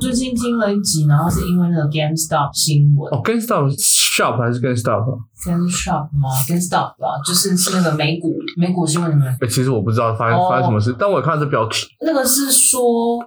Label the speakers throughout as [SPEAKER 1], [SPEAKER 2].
[SPEAKER 1] 听了一集，然后是因为那个 GameStop 新闻、
[SPEAKER 2] 哦，GameStop Shop 还是 GameStop？啊
[SPEAKER 1] g a m e s t o p 吗？GameStop 吧，就是是那个美股美股新闻里面，
[SPEAKER 2] 哎、其实我不知道发生
[SPEAKER 1] 哦
[SPEAKER 2] 发生什么事，但我有看到这标题。
[SPEAKER 1] 那个是说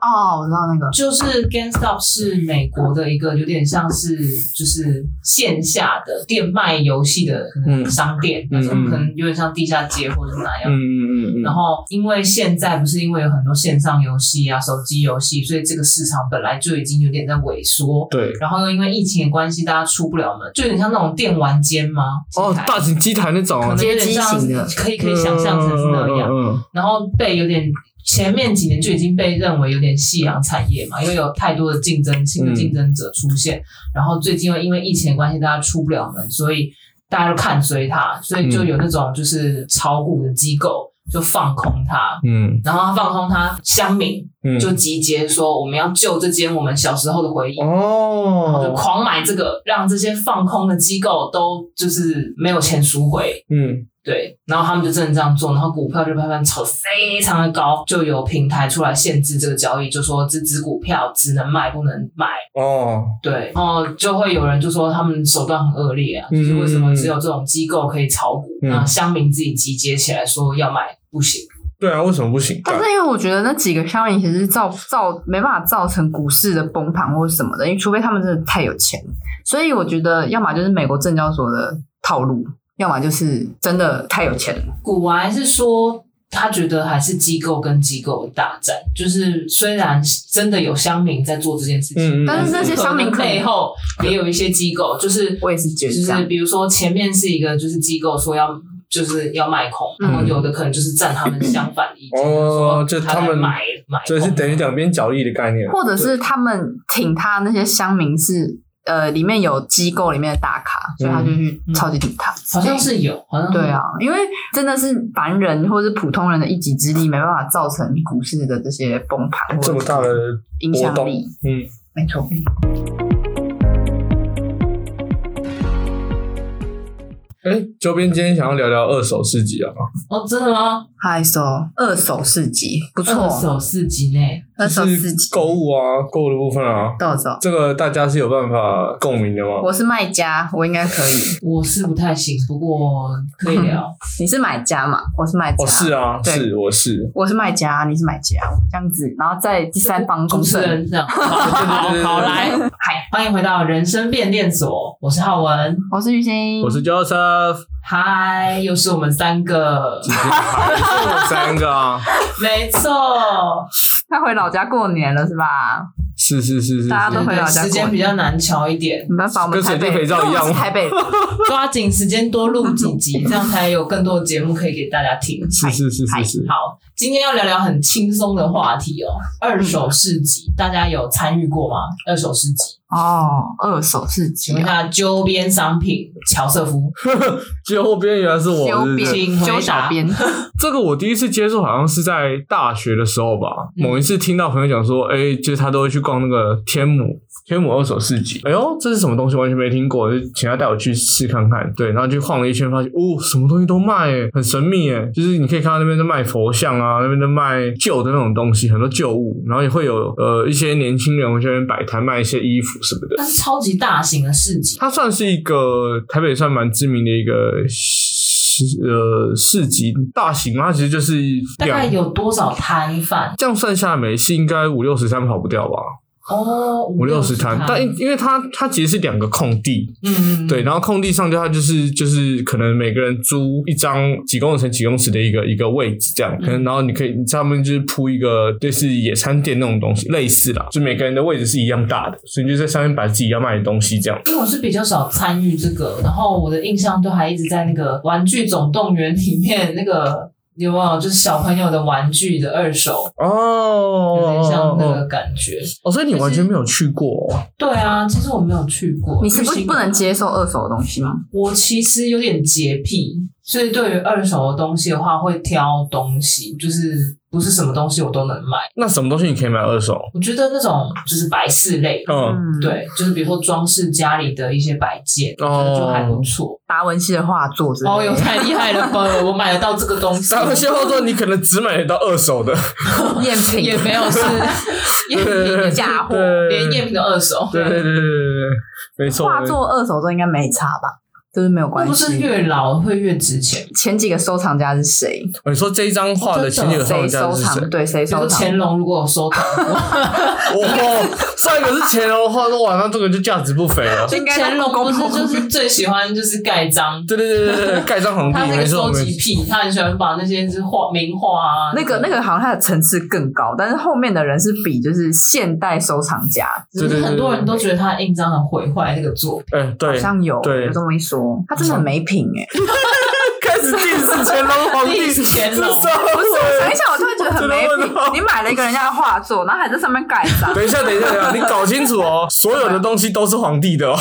[SPEAKER 3] 哦，我知道那个，
[SPEAKER 1] 就是 GameStop 是美国的一个有点像是就是线下的店卖游戏的可能
[SPEAKER 2] 嗯
[SPEAKER 1] 商店，那
[SPEAKER 2] 嗯
[SPEAKER 1] 种
[SPEAKER 2] 嗯
[SPEAKER 1] 可能有点像地下街或者是哪样。
[SPEAKER 2] 嗯嗯嗯
[SPEAKER 1] 然
[SPEAKER 2] 嗯。
[SPEAKER 1] 后，因为现在不是因为有很多线上游戏啊、手机游戏，所以这个市场本来就已经有点在萎缩。
[SPEAKER 2] 对。
[SPEAKER 1] 然后又因为疫情的关系，大家出不了门，就有点像那种电玩间吗？
[SPEAKER 2] 哦
[SPEAKER 1] 机台，
[SPEAKER 2] 大型机台那种
[SPEAKER 1] 可
[SPEAKER 2] 啊
[SPEAKER 1] 能，有点像
[SPEAKER 3] 街机型的，
[SPEAKER 1] 可以可以想象成是那样。
[SPEAKER 2] 嗯嗯嗯嗯
[SPEAKER 1] 然后被有点前面几年就已经被认为有点夕阳产业嘛，因为有太多的竞争新的竞争者出现，然后最近又因为疫情的关系，大家出不了门，所以大家就看衰它，所以就有那种就是炒股的机构就放空它。
[SPEAKER 2] 嗯
[SPEAKER 1] 然后放空它，乡民
[SPEAKER 2] 嗯
[SPEAKER 1] 就集结说：“我们要救这间我们小时候的回忆。”然后就
[SPEAKER 2] 哦，
[SPEAKER 1] 狂买这个，让这些放空的机构都就是没有钱赎回，
[SPEAKER 2] 嗯
[SPEAKER 1] 对，然后他们就真的这样做，然后股票就慢慢炒得非常的高，就有平台出来限制这个交易，就说这只股票只能卖不能买。
[SPEAKER 2] 哦，
[SPEAKER 1] 对，然后就会有人就说他们手段很恶劣啊，就是为什么只有这种机构可以炒股，
[SPEAKER 2] 嗯
[SPEAKER 1] 那、乡民自己集结起来说要买不行。
[SPEAKER 2] 对啊，为什么不行？
[SPEAKER 3] 但是因为我觉得那几个效应其实是造造没办法造成股市的崩盘或什么的，因为除非他们真的太有钱，所以我觉得要么就是美国证交所的套路，要么就是真的太有钱了。
[SPEAKER 1] 古玩还是说他觉得还是机构跟机构的大战，就是虽然真的有乡民在做这件事情，
[SPEAKER 2] 嗯嗯
[SPEAKER 3] 但是这些乡民可能
[SPEAKER 1] 背后也有一些机构，就是
[SPEAKER 3] 我也是觉得
[SPEAKER 1] 就
[SPEAKER 3] 这
[SPEAKER 1] 是
[SPEAKER 3] 样
[SPEAKER 1] 比如说前面是一个就是机构说要就是要卖空，
[SPEAKER 3] 嗯
[SPEAKER 1] 然后有的可能就是站他们相反的意见，
[SPEAKER 2] 哦
[SPEAKER 1] 就
[SPEAKER 2] 就是
[SPEAKER 1] 说
[SPEAKER 2] 他们
[SPEAKER 1] 在买买空，
[SPEAKER 2] 所以是等于两边角力的概念，啊
[SPEAKER 3] 或者是他们挺他那些乡民是呃里面有机构里面的大咖，所以他就去
[SPEAKER 1] 嗯
[SPEAKER 3] 超级挺他。
[SPEAKER 1] 好像是有，好像是有
[SPEAKER 3] 对，啊，因为真的是凡人或者是普通人的一己之力，没办法造成股市的这些崩盘或者
[SPEAKER 2] 这么大的
[SPEAKER 3] 影
[SPEAKER 2] 波
[SPEAKER 3] 响
[SPEAKER 2] 动
[SPEAKER 3] 力。，
[SPEAKER 2] 嗯，
[SPEAKER 3] 没错，
[SPEAKER 2] 哎，周边今天想要聊聊二手市集啊，
[SPEAKER 1] 哦，真的吗？
[SPEAKER 3] 嗨手二手市集不
[SPEAKER 1] 二
[SPEAKER 3] 错，
[SPEAKER 1] 手市集内，
[SPEAKER 3] 二手
[SPEAKER 2] 就
[SPEAKER 3] 市
[SPEAKER 2] 是
[SPEAKER 3] 集
[SPEAKER 2] 购物啊，购物的部分啊，
[SPEAKER 3] 豆走。
[SPEAKER 2] 这个大家是有办法共鸣的吗？
[SPEAKER 3] 我是卖家，我应该可以。
[SPEAKER 1] 我是不太行，不过可以聊。
[SPEAKER 3] 你是买家嘛？我是卖家。
[SPEAKER 2] 哦，是啊，
[SPEAKER 3] 对
[SPEAKER 2] 是我是，
[SPEAKER 3] 我是卖家，你是买家，我们这样子，然后在第三方
[SPEAKER 1] 主
[SPEAKER 3] 公
[SPEAKER 1] 持
[SPEAKER 3] 证。
[SPEAKER 1] 人 这样，好好好来，嗨，欢迎回到人生变电所，我是浩文，
[SPEAKER 3] 我是玉兴，
[SPEAKER 2] 我是 Joseph，
[SPEAKER 1] 嗨，又是我们三个，
[SPEAKER 2] 还是我三个啊，
[SPEAKER 1] 没错，
[SPEAKER 3] 他回老家过年了是吧？
[SPEAKER 2] 是是是是，
[SPEAKER 3] 大家都
[SPEAKER 2] 是
[SPEAKER 3] 回老家过年
[SPEAKER 1] 时间比较难瞧一点，
[SPEAKER 3] 没办法，我们
[SPEAKER 2] 跟
[SPEAKER 3] 台
[SPEAKER 2] 水
[SPEAKER 3] 北
[SPEAKER 2] 晶肥皂一样
[SPEAKER 3] 因为我是 台北人，
[SPEAKER 1] 抓紧时间多录几集，这样才有更多的节目可以给大家听。
[SPEAKER 2] 是是是是是，
[SPEAKER 1] 好，今天要聊聊很轻松的话题哦，二手市集，
[SPEAKER 2] 嗯
[SPEAKER 1] 大家有参与过吗？二手市集，
[SPEAKER 3] 哦，二手市集
[SPEAKER 1] 请问一
[SPEAKER 3] 啊，
[SPEAKER 1] 下，周边商品，乔瑟夫，
[SPEAKER 2] 最后边原来是我，是
[SPEAKER 3] 纠
[SPEAKER 2] 不是
[SPEAKER 3] 边
[SPEAKER 1] 请回答
[SPEAKER 3] 纠小 编，
[SPEAKER 2] 这个我第一次接触好像是在大学的时候吧，
[SPEAKER 1] 嗯
[SPEAKER 2] 某一次听到朋友讲说，哎、就是他都会去逛那个天母天母二手市集，哎呦，这是什么东西完全没听过，就请他带我去试看看，对，然后就晃了一圈，发现哦，什么东西都卖、哎很神秘哎、就是你可以看到那边在卖佛像啊，那边在卖旧的那种东西，很多旧物，然后也会有呃一些年轻人会在那边摆摊卖一些衣服什么的，
[SPEAKER 1] 那是超级大型的市集，
[SPEAKER 2] 它算是一个台北算蛮知名的一个市呃市集大型嘛，它其实就是
[SPEAKER 1] 大概
[SPEAKER 2] 两
[SPEAKER 1] 有多少摊贩？
[SPEAKER 2] 这样算下来，每次应该五六十摊跑不掉吧，
[SPEAKER 1] 哦，
[SPEAKER 2] 五
[SPEAKER 1] 五
[SPEAKER 2] 六十
[SPEAKER 1] 十嗯
[SPEAKER 2] 摊。但因因为它它其实是两个空地，
[SPEAKER 1] 嗯，嗯，
[SPEAKER 2] 对，然后空地上就它就是就是可能每个人租一张几公尺乘几公尺的一个一个位置这样，
[SPEAKER 1] 嗯
[SPEAKER 2] 可能然后你可以你上面就是铺一个类似野餐垫那种东西，类似啦，就每个人的位置是一样大的，所以你就在上面摆自己要卖的东西这样。
[SPEAKER 1] 因为我是比较少参与这个，然后我的印象都还一直在那个《玩具总动员》里面那个有没有，就是小朋友的玩具的二手，
[SPEAKER 2] 哦
[SPEAKER 1] 有点像那个感觉。
[SPEAKER 2] 哦，所以你完全没有去过、哦，
[SPEAKER 1] 对啊，其实我没有去过。
[SPEAKER 3] 你是不
[SPEAKER 1] 旅行
[SPEAKER 3] 不能？接受二手的东西吗？
[SPEAKER 1] 我其实有点洁癖，所以对于二手的东西的话，会挑东西，就是。不是什么东西我都能买。
[SPEAKER 2] 那什么东西你可以买二手？
[SPEAKER 1] 我觉得那种就是摆饰类，
[SPEAKER 2] 嗯，
[SPEAKER 3] 嗯，，
[SPEAKER 1] 对，就是比如说装饰家里的一些摆件，我觉得就还不错。
[SPEAKER 3] 达文西的画作之类的。
[SPEAKER 1] 哦哟，太厉害了 吧！我买得到这个东西，
[SPEAKER 2] 打文西后座你可能只买得到二手的，
[SPEAKER 3] 赝品
[SPEAKER 1] 也没 有是赝品也是
[SPEAKER 3] 假货
[SPEAKER 1] 连赝品的二手，
[SPEAKER 2] 对对对对对对，没错。
[SPEAKER 3] 画作二手都应该没差吧？就是没有
[SPEAKER 1] 那
[SPEAKER 3] 关
[SPEAKER 1] 不是
[SPEAKER 3] 系。
[SPEAKER 1] 越老会越值钱？
[SPEAKER 3] 前几个收藏家是谁？
[SPEAKER 2] 哦你说这一张画的前几个上
[SPEAKER 3] 谁
[SPEAKER 2] 架
[SPEAKER 3] 收
[SPEAKER 2] 是谁
[SPEAKER 3] 藏？？对，谁
[SPEAKER 1] 比如
[SPEAKER 3] 收
[SPEAKER 1] 说
[SPEAKER 3] 藏？
[SPEAKER 1] 乾隆如果有 收藏过，
[SPEAKER 2] 哇，上一个是乾隆的画，那哇，那这个就价值不菲了。
[SPEAKER 3] 应该
[SPEAKER 1] 乾隆不
[SPEAKER 3] 公
[SPEAKER 1] 是
[SPEAKER 3] 公
[SPEAKER 1] 就是最喜欢就是盖章，
[SPEAKER 2] 对对对对对，盖章皇帝
[SPEAKER 1] 他那
[SPEAKER 2] 没
[SPEAKER 1] 个
[SPEAKER 2] 错
[SPEAKER 1] 收
[SPEAKER 2] 没
[SPEAKER 1] 集
[SPEAKER 2] 错。
[SPEAKER 1] 癖，他很喜欢把那些就是画名画啊，
[SPEAKER 3] 那个那个好像它的层次更高，但是后面的人是比就是现代收藏家，
[SPEAKER 1] 就
[SPEAKER 2] 对
[SPEAKER 1] 是
[SPEAKER 2] 对对
[SPEAKER 1] 很多人都觉得他的印章很毁坏那个作品。
[SPEAKER 2] 哎，
[SPEAKER 3] 好
[SPEAKER 2] 对，
[SPEAKER 3] 像有
[SPEAKER 2] 对
[SPEAKER 3] 有这么一说，他真的很没品哎、
[SPEAKER 2] 开始 diss 乾隆 皇帝，
[SPEAKER 1] diss 乾隆
[SPEAKER 2] 这什么
[SPEAKER 3] 不是，我想一想，我突然觉得很没
[SPEAKER 2] 真的问
[SPEAKER 3] 品
[SPEAKER 2] 号。
[SPEAKER 3] 你买了一个人家的画作，然后还在上面盖章，
[SPEAKER 2] 等一下，等一下，等一下，你搞清楚哦，所有的东西都是皇帝的哦，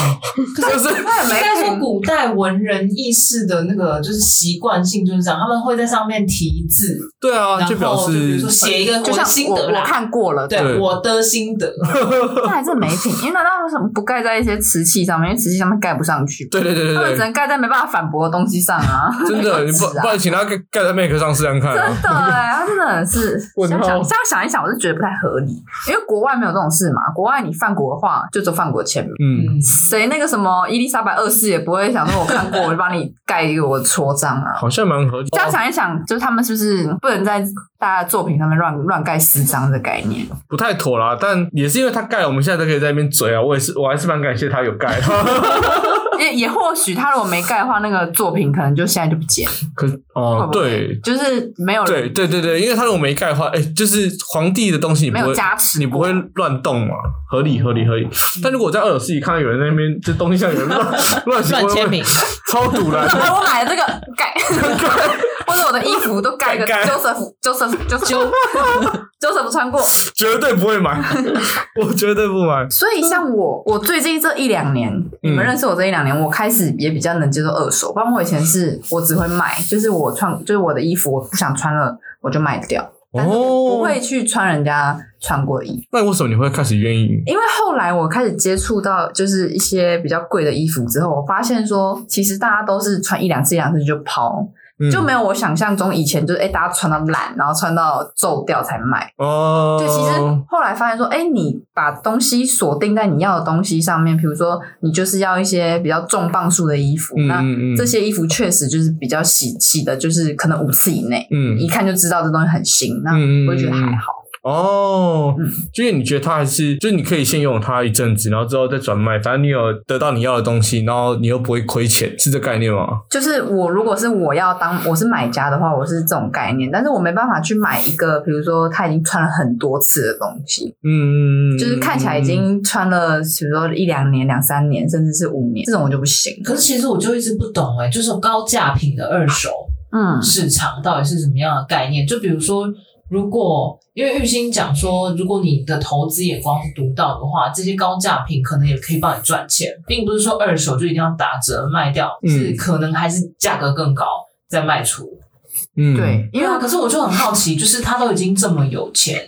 [SPEAKER 2] 就是
[SPEAKER 3] 那很
[SPEAKER 1] 应该
[SPEAKER 3] 没嗯
[SPEAKER 1] 说，
[SPEAKER 3] 品。
[SPEAKER 1] 古代文人意识的那个就是习惯性就是这样，他们会在上面题字，
[SPEAKER 2] 对
[SPEAKER 3] 哦
[SPEAKER 2] 啊，
[SPEAKER 1] 然后
[SPEAKER 2] 就表
[SPEAKER 1] 就比如
[SPEAKER 2] 示
[SPEAKER 1] 说写一个
[SPEAKER 3] 就
[SPEAKER 1] 我
[SPEAKER 3] 像
[SPEAKER 1] 的心
[SPEAKER 3] 我
[SPEAKER 1] 得
[SPEAKER 3] 我
[SPEAKER 1] 啦，
[SPEAKER 3] 看过了，
[SPEAKER 1] 对
[SPEAKER 2] 对
[SPEAKER 1] 我的心得，
[SPEAKER 3] 嗯那还是很没品。因为那那为什么不盖在一些瓷器上面？因为瓷器上面盖不上去，
[SPEAKER 2] 对对对
[SPEAKER 3] 他们
[SPEAKER 2] 对
[SPEAKER 3] 只
[SPEAKER 2] 对，
[SPEAKER 3] 能盖在没办法反驳的东西上啊。
[SPEAKER 2] 真的，你 不
[SPEAKER 3] 纸啊
[SPEAKER 2] 不然请他盖盖在 Mac 上试试看
[SPEAKER 3] 真
[SPEAKER 2] 啊。
[SPEAKER 3] 的哎、他真的是
[SPEAKER 2] 问
[SPEAKER 3] 想
[SPEAKER 2] 号
[SPEAKER 3] 想这样想一想，我就觉得不太合理，因为国外没有这种事嘛。国外你犯国的话，就走犯国签名。
[SPEAKER 2] 嗯，
[SPEAKER 1] 嗯，
[SPEAKER 3] 谁那个什么伊丽莎白二世也不会想说，我看过，我就帮你盖一个我的戳章啊。
[SPEAKER 2] 好像蛮合哦理。
[SPEAKER 3] 这样想一想，就是他们是不是不能在大家的作品上面乱乱盖私章的概念？
[SPEAKER 2] 不太妥啦，但也是因为他盖了，我们现在都可以在那边嘴啊。我也是，我还是蛮感谢他有盖。
[SPEAKER 3] 也也或许他如果没盖的话，那个作品可能就现在就不见了，
[SPEAKER 2] 可哦，对
[SPEAKER 3] 就是没有
[SPEAKER 2] 对
[SPEAKER 3] 人
[SPEAKER 2] 对对对，因为他如果没盖的话，哎、就是皇帝的东西你不
[SPEAKER 3] 没
[SPEAKER 2] 会
[SPEAKER 3] 有加持过，嗯
[SPEAKER 2] 你不会乱动嘛，合理合理合理。但如果我在二手市集看到有人在那边这东西上有人 乱乱写
[SPEAKER 1] 乱签名，
[SPEAKER 2] 超堵的。
[SPEAKER 3] 哎，我买了这个盖， 或者我的衣服都盖一 个
[SPEAKER 2] 盖盖
[SPEAKER 3] Joseph Joseph Joseph Joseph 穿过。
[SPEAKER 2] 绝对不会买， 我绝对不买。
[SPEAKER 3] 所以像
[SPEAKER 2] 嗯
[SPEAKER 3] 我，我最近这一两年，你们认识我这一两年，我开始也比较能接受二手。不然我以前是我只会卖，就是我穿，就是我的衣服我不想穿了，我就卖掉，但是我不
[SPEAKER 2] 哦，
[SPEAKER 3] 会去穿人家穿过的衣服。
[SPEAKER 2] 那为什么你会开始愿意？
[SPEAKER 3] 因为后来我开始接触到就是一些比较贵的衣服之后，我发现说，其实大家都是穿一两次、一两次就抛，
[SPEAKER 2] 嗯
[SPEAKER 3] 就没有我想象中以前就是哎、诶大家穿到烂，然后穿到皱掉才卖。
[SPEAKER 2] 哦，
[SPEAKER 3] 对，其实后来发现说，哎、你把东西锁定在你要的东西上面，比如说你就是要一些比较重磅数的衣服，
[SPEAKER 2] 嗯
[SPEAKER 3] 那
[SPEAKER 2] 嗯嗯
[SPEAKER 3] 这些衣服确实就是比较洗洗的，就是可能五次以内，
[SPEAKER 2] 嗯
[SPEAKER 3] 一看就知道这东西很新，那
[SPEAKER 2] 嗯嗯
[SPEAKER 3] 我就觉得
[SPEAKER 2] 嗯嗯
[SPEAKER 3] 还好。
[SPEAKER 2] 哦
[SPEAKER 3] 嗯，
[SPEAKER 2] 就是你觉得它还是，就是你可以先拥有它一阵子，然后之后再转卖，反正你有得到你要的东西，然后你又不会亏钱，是这概念吗？
[SPEAKER 3] 就是我如果是我要当我是买家的话，我是这种概念，但是我没办法去买一个，比如说他已经穿了很多次的东西，
[SPEAKER 2] 嗯，
[SPEAKER 3] 就是看起来已经穿了，比如说一两年、两三年，甚至是五年，这种我就不行。
[SPEAKER 1] 可是其实我就一直不懂哎、就是高价品的二手
[SPEAKER 3] 嗯
[SPEAKER 1] 市场到底是什么样的概念？就比如说，如果因为玉兴讲说，如果你的投资眼光是独到的话，这些高价品可能也可以帮你赚钱，并不是说二手就一定要打折卖掉，
[SPEAKER 2] 嗯
[SPEAKER 1] 是可能还是价格更高再卖出。
[SPEAKER 2] 嗯，
[SPEAKER 3] 对，啊
[SPEAKER 1] 因
[SPEAKER 3] 因为
[SPEAKER 1] 为、可是我就很好奇，就是他都已经这么有钱，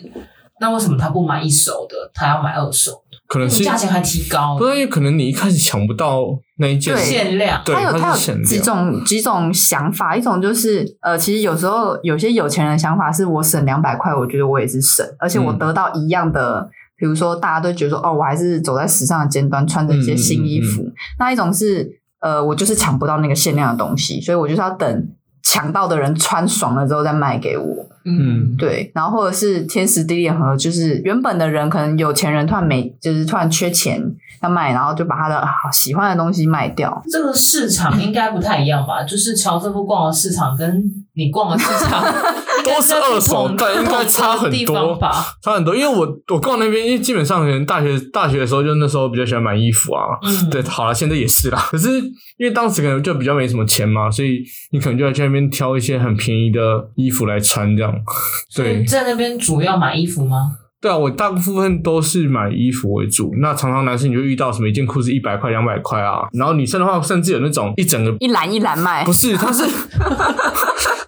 [SPEAKER 1] 那为什么他不买一手的，他要买二手？
[SPEAKER 2] 可能是
[SPEAKER 1] 价钱还提高
[SPEAKER 2] 不，是，因为可能你一开始抢不到那一件，
[SPEAKER 3] 对
[SPEAKER 1] 限量。
[SPEAKER 2] 对，
[SPEAKER 3] 他有他
[SPEAKER 2] 它
[SPEAKER 3] 有
[SPEAKER 2] 是限
[SPEAKER 3] 几
[SPEAKER 2] 量，
[SPEAKER 3] 种几种想法，一种就是呃，其实有时候有些有钱人的想法是我省两百块，我觉得我也是省，而且我
[SPEAKER 2] 嗯
[SPEAKER 3] 得到一样的，比如说大家都觉得说哦，我还是走在时尚的尖端，穿着一些
[SPEAKER 2] 嗯
[SPEAKER 3] 新衣服。那一种是呃，我就是抢不到那个限量的东西，所以我就是要等。抢到的人穿爽了之后再卖给我，
[SPEAKER 1] 嗯，
[SPEAKER 3] 对，然后或者是天时地利人和，就是原本的人可能有钱人突然没，就是突然缺钱要卖，然后就把他的好喜欢的东西卖掉，
[SPEAKER 1] 这个市场应该不太一样吧？就是乔师傅逛的市场跟你逛的市 场
[SPEAKER 2] 都是二手但应该差很多
[SPEAKER 1] 地方吧？
[SPEAKER 2] 差很多。因为我我逛那边，因为基本上可能大学大学的时候，就那时候比较喜欢买衣服啊。
[SPEAKER 1] 嗯，
[SPEAKER 2] 对，好了，现在也是啦。可是因为当时可能就比较没什么钱嘛，所以你可能就要去那边挑一些很便宜的衣服来穿，这样。对
[SPEAKER 1] 你，在那边主要买衣服吗？
[SPEAKER 2] 对啊，我大部分都是买衣服为主。那常常男生你就遇到什么一件裤子一百块、两百
[SPEAKER 3] 哎
[SPEAKER 2] 块啊，然后女生的话，甚至有那种一整个
[SPEAKER 3] 一篮一篮卖
[SPEAKER 2] 不。是，它是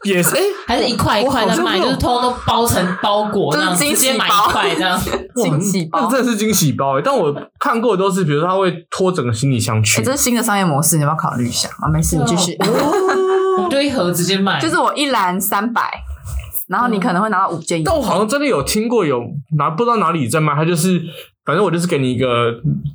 [SPEAKER 2] 也是哎，
[SPEAKER 1] 还是一块一块
[SPEAKER 2] 我
[SPEAKER 1] 的
[SPEAKER 2] 好像
[SPEAKER 1] 卖，
[SPEAKER 2] 没有
[SPEAKER 1] 就是通通都包成包裹
[SPEAKER 3] 就是
[SPEAKER 1] 那样，
[SPEAKER 3] 惊
[SPEAKER 1] 直
[SPEAKER 3] 喜
[SPEAKER 1] 接买
[SPEAKER 3] 包
[SPEAKER 1] 一块这 样。
[SPEAKER 2] 哇
[SPEAKER 3] 惊喜包
[SPEAKER 2] 那真的是惊喜包哎！但我看过的都是，比如说他会拖整个行李箱去
[SPEAKER 3] 哎，，这是新的商业模式，你要不要考虑一下？啊，没事，你继续。
[SPEAKER 1] 我们就一盒直接
[SPEAKER 2] 啊
[SPEAKER 1] 卖，
[SPEAKER 3] 就是我一篮三百，然后
[SPEAKER 2] 嗯
[SPEAKER 3] 你可能会拿到五件衣服
[SPEAKER 2] 但我好像真的有听过有拿不知道哪里在卖，它就是反正我就是给你一个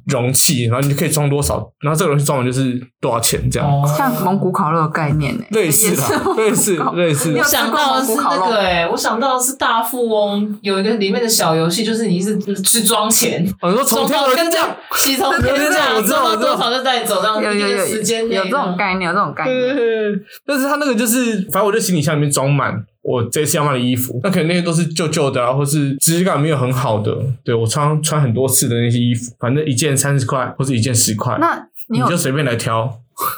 [SPEAKER 2] 容器，然后你就可以装多少，然后这个容器装完就是多少钱这样，
[SPEAKER 1] 哦
[SPEAKER 3] 像蒙古烤肉的概念呢、
[SPEAKER 2] 类似
[SPEAKER 3] 也是
[SPEAKER 2] 啊的，类似类似
[SPEAKER 3] 你
[SPEAKER 1] 我
[SPEAKER 3] 有
[SPEAKER 1] 想到的是那个、欸，我想到的是大富翁有一个里面的小游戏，就是你是去装钱，
[SPEAKER 2] 哦，你说从天而
[SPEAKER 1] 跟
[SPEAKER 2] 降
[SPEAKER 1] 这样， 洗头跟这
[SPEAKER 2] 我
[SPEAKER 1] 样，
[SPEAKER 2] 知道
[SPEAKER 1] 装
[SPEAKER 2] 我
[SPEAKER 1] 到
[SPEAKER 2] 知道
[SPEAKER 1] 多少就带走，这样
[SPEAKER 3] 有
[SPEAKER 1] 一
[SPEAKER 3] 有
[SPEAKER 1] 定
[SPEAKER 3] 有
[SPEAKER 1] 的时间内
[SPEAKER 3] 有这种概念，有这种概念。
[SPEAKER 2] 嗯对，但是他那个就是，反正我就行李箱里面装满我这次要卖的衣服，那可能那些都是旧旧的啊，或是质感没有很好的，对我穿穿很多次的那些衣服，反正一件三十块或者一件十块，
[SPEAKER 3] 那
[SPEAKER 2] 你
[SPEAKER 3] 你有
[SPEAKER 2] 就随便来挑。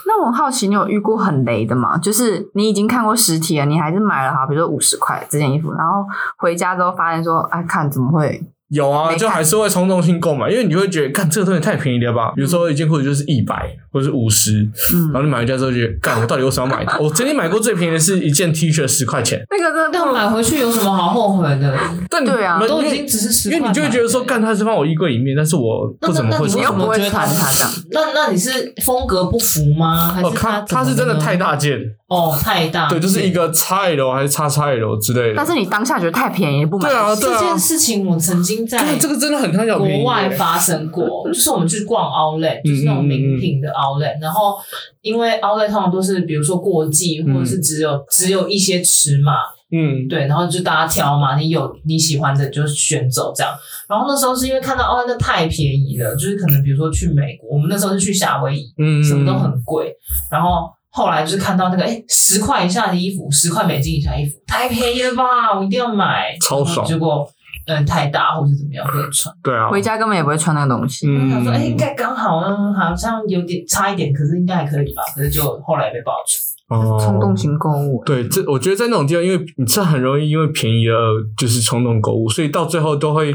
[SPEAKER 3] 那我很好奇，你有遇过很雷的吗？就是你已经看过实体了，你还是买了哈，比如说五十块这件衣服，然后回家之后发现说，哎，看怎么会？
[SPEAKER 2] 有啊，
[SPEAKER 3] 没
[SPEAKER 2] 就还是会冲动性购买，因为你会觉得，干这个东西太便宜了吧？
[SPEAKER 1] 嗯
[SPEAKER 2] 比如说一件裤子就是一百或者是五十，
[SPEAKER 3] 嗯
[SPEAKER 2] 然，后你买回家之后觉得，干我到底为什么要 买它？我曾经买过最便宜的是一件 T 恤十块钱，
[SPEAKER 3] 那个真的
[SPEAKER 1] 但
[SPEAKER 3] 不
[SPEAKER 1] 买回去有什么好后悔的？
[SPEAKER 2] 但你
[SPEAKER 3] 对啊
[SPEAKER 2] 没
[SPEAKER 1] 都已
[SPEAKER 2] 呃因为
[SPEAKER 1] 经只是十
[SPEAKER 2] 因为你就会觉得说，干它是放我衣柜里面，但是我不怎么会
[SPEAKER 1] 那
[SPEAKER 2] 穿
[SPEAKER 3] 你
[SPEAKER 1] 那
[SPEAKER 3] 又
[SPEAKER 1] 那
[SPEAKER 3] 不会
[SPEAKER 1] 我怎么觉得
[SPEAKER 3] 穿
[SPEAKER 1] 它
[SPEAKER 3] 它这样。
[SPEAKER 1] 那那你是风格不符吗？还是
[SPEAKER 2] 哦，它
[SPEAKER 1] 它
[SPEAKER 2] 它是真的太
[SPEAKER 1] 大
[SPEAKER 2] 大件，
[SPEAKER 1] 哦太大，
[SPEAKER 2] 对，就是一个叉 L 还是叉叉 L 之类的。
[SPEAKER 3] 但是你当下觉得太便宜，不买。
[SPEAKER 2] 对啊，对
[SPEAKER 1] 这
[SPEAKER 2] 啊
[SPEAKER 1] 件，事情，我曾经在
[SPEAKER 2] 干这个真的很贪小便宜
[SPEAKER 1] 国
[SPEAKER 2] 耶。
[SPEAKER 1] 外发生过，就是我们去逛 Outlet，
[SPEAKER 2] 嗯
[SPEAKER 1] 就是那种名品的 Outlet，、然后因为 Outlet 通常都是比如说过季，
[SPEAKER 2] 嗯
[SPEAKER 1] 或者是只有、只有一些尺码，
[SPEAKER 2] 嗯，
[SPEAKER 1] 对，然后就大家挑嘛，你有你喜欢的就选走这样。然后那时候是因为看到 Outlet 那太便宜了，就是可能比如说去美国，我们那时候是去夏威夷，
[SPEAKER 2] 嗯，
[SPEAKER 1] 什么都很贵，然后。后来就是看到那个，哎，十块以下的衣服，十块美金以下的衣服，太便宜了吧！我一定要买，
[SPEAKER 2] 超爽
[SPEAKER 1] 结果，嗯，太大或者怎么样，不能穿。
[SPEAKER 2] 对啊，
[SPEAKER 3] 回家根本也不会穿那个东西。
[SPEAKER 1] 我想
[SPEAKER 2] 嗯
[SPEAKER 1] 说，哎、应该刚好，嗯，好像有点差一点，可是应该还可以吧。可是就后来被爆出，
[SPEAKER 2] 哦
[SPEAKER 3] 冲动型购物，
[SPEAKER 2] 对，这我觉得在那种地方，因为你是很容易因为便宜而就是冲动购物，所以到最后都会，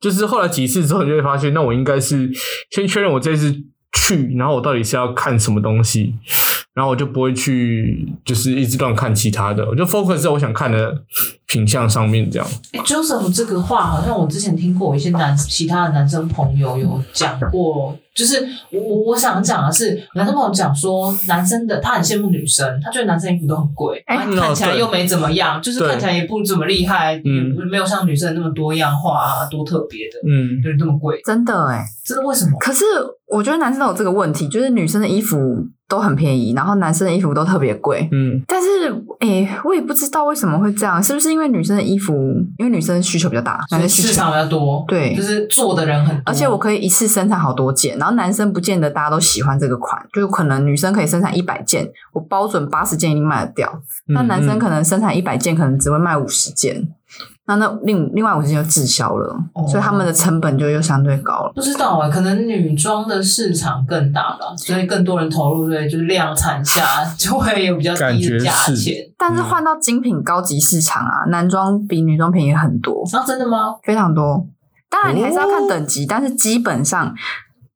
[SPEAKER 2] 就是后来几次之后，你就会发现，那我应该是先确认我这次去，然后我到底是要看什么东西，然后我就不会去就是一直乱看其他的，我就 focus 在我想看的品相上面，这样。
[SPEAKER 1] 哎、j o s e p h 这个话，好像我之前听过我一些男其他的男生朋友有讲过，就是我我我想讲的是，男生朋友讲说，男生的他很羡慕女生，他觉得男生衣服都很贵，
[SPEAKER 3] 哎
[SPEAKER 1] 啊看起来
[SPEAKER 2] 哦对
[SPEAKER 1] 又没怎么样，就是
[SPEAKER 2] 对
[SPEAKER 1] 看起来也不怎么厉害，
[SPEAKER 2] 嗯
[SPEAKER 1] 也没有像女生那么多样化啊，多特别的，
[SPEAKER 2] 嗯，
[SPEAKER 1] 对，那么贵，
[SPEAKER 3] 真的哎、
[SPEAKER 1] 这是为什么？
[SPEAKER 3] 可是我觉得男生都有这个问题，就是女生的衣服都很便宜，然后男生的衣服都特别贵。
[SPEAKER 2] 嗯，
[SPEAKER 3] 但是，诶、我也不知道为什么会这样，是不是因为女生的衣服，因为女生需求比较大，
[SPEAKER 1] 所
[SPEAKER 3] 男
[SPEAKER 1] 以
[SPEAKER 3] 生需
[SPEAKER 1] 市
[SPEAKER 3] 求，
[SPEAKER 1] 场比较多，
[SPEAKER 3] 对
[SPEAKER 1] 就是做的人很多，
[SPEAKER 3] 而且我可以一次生产好多件，然后男生不见得大家都喜欢这个款，就可能女生可以生产一百件，我包准八十件一定卖得掉，
[SPEAKER 2] 嗯
[SPEAKER 3] 那男生可能生产一百件，可能只会卖五十件，那那另另外五十件就滞销了，
[SPEAKER 1] 哦
[SPEAKER 3] 所以他们的成本就又相对高了。
[SPEAKER 1] 不知道啊、可能女装的市场更大吧，所以更多人投入，对，就是量产下 就会有比较
[SPEAKER 2] 感
[SPEAKER 1] 低
[SPEAKER 2] 觉
[SPEAKER 1] 的
[SPEAKER 2] 是
[SPEAKER 1] 价钱。
[SPEAKER 3] 但
[SPEAKER 2] 嗯
[SPEAKER 3] 是换到精品高级市场啊，男装比女装便宜很多，
[SPEAKER 1] 啊，真的吗？
[SPEAKER 3] 非常多。当然你还是要
[SPEAKER 2] 哦
[SPEAKER 3] 看等级，但是基本上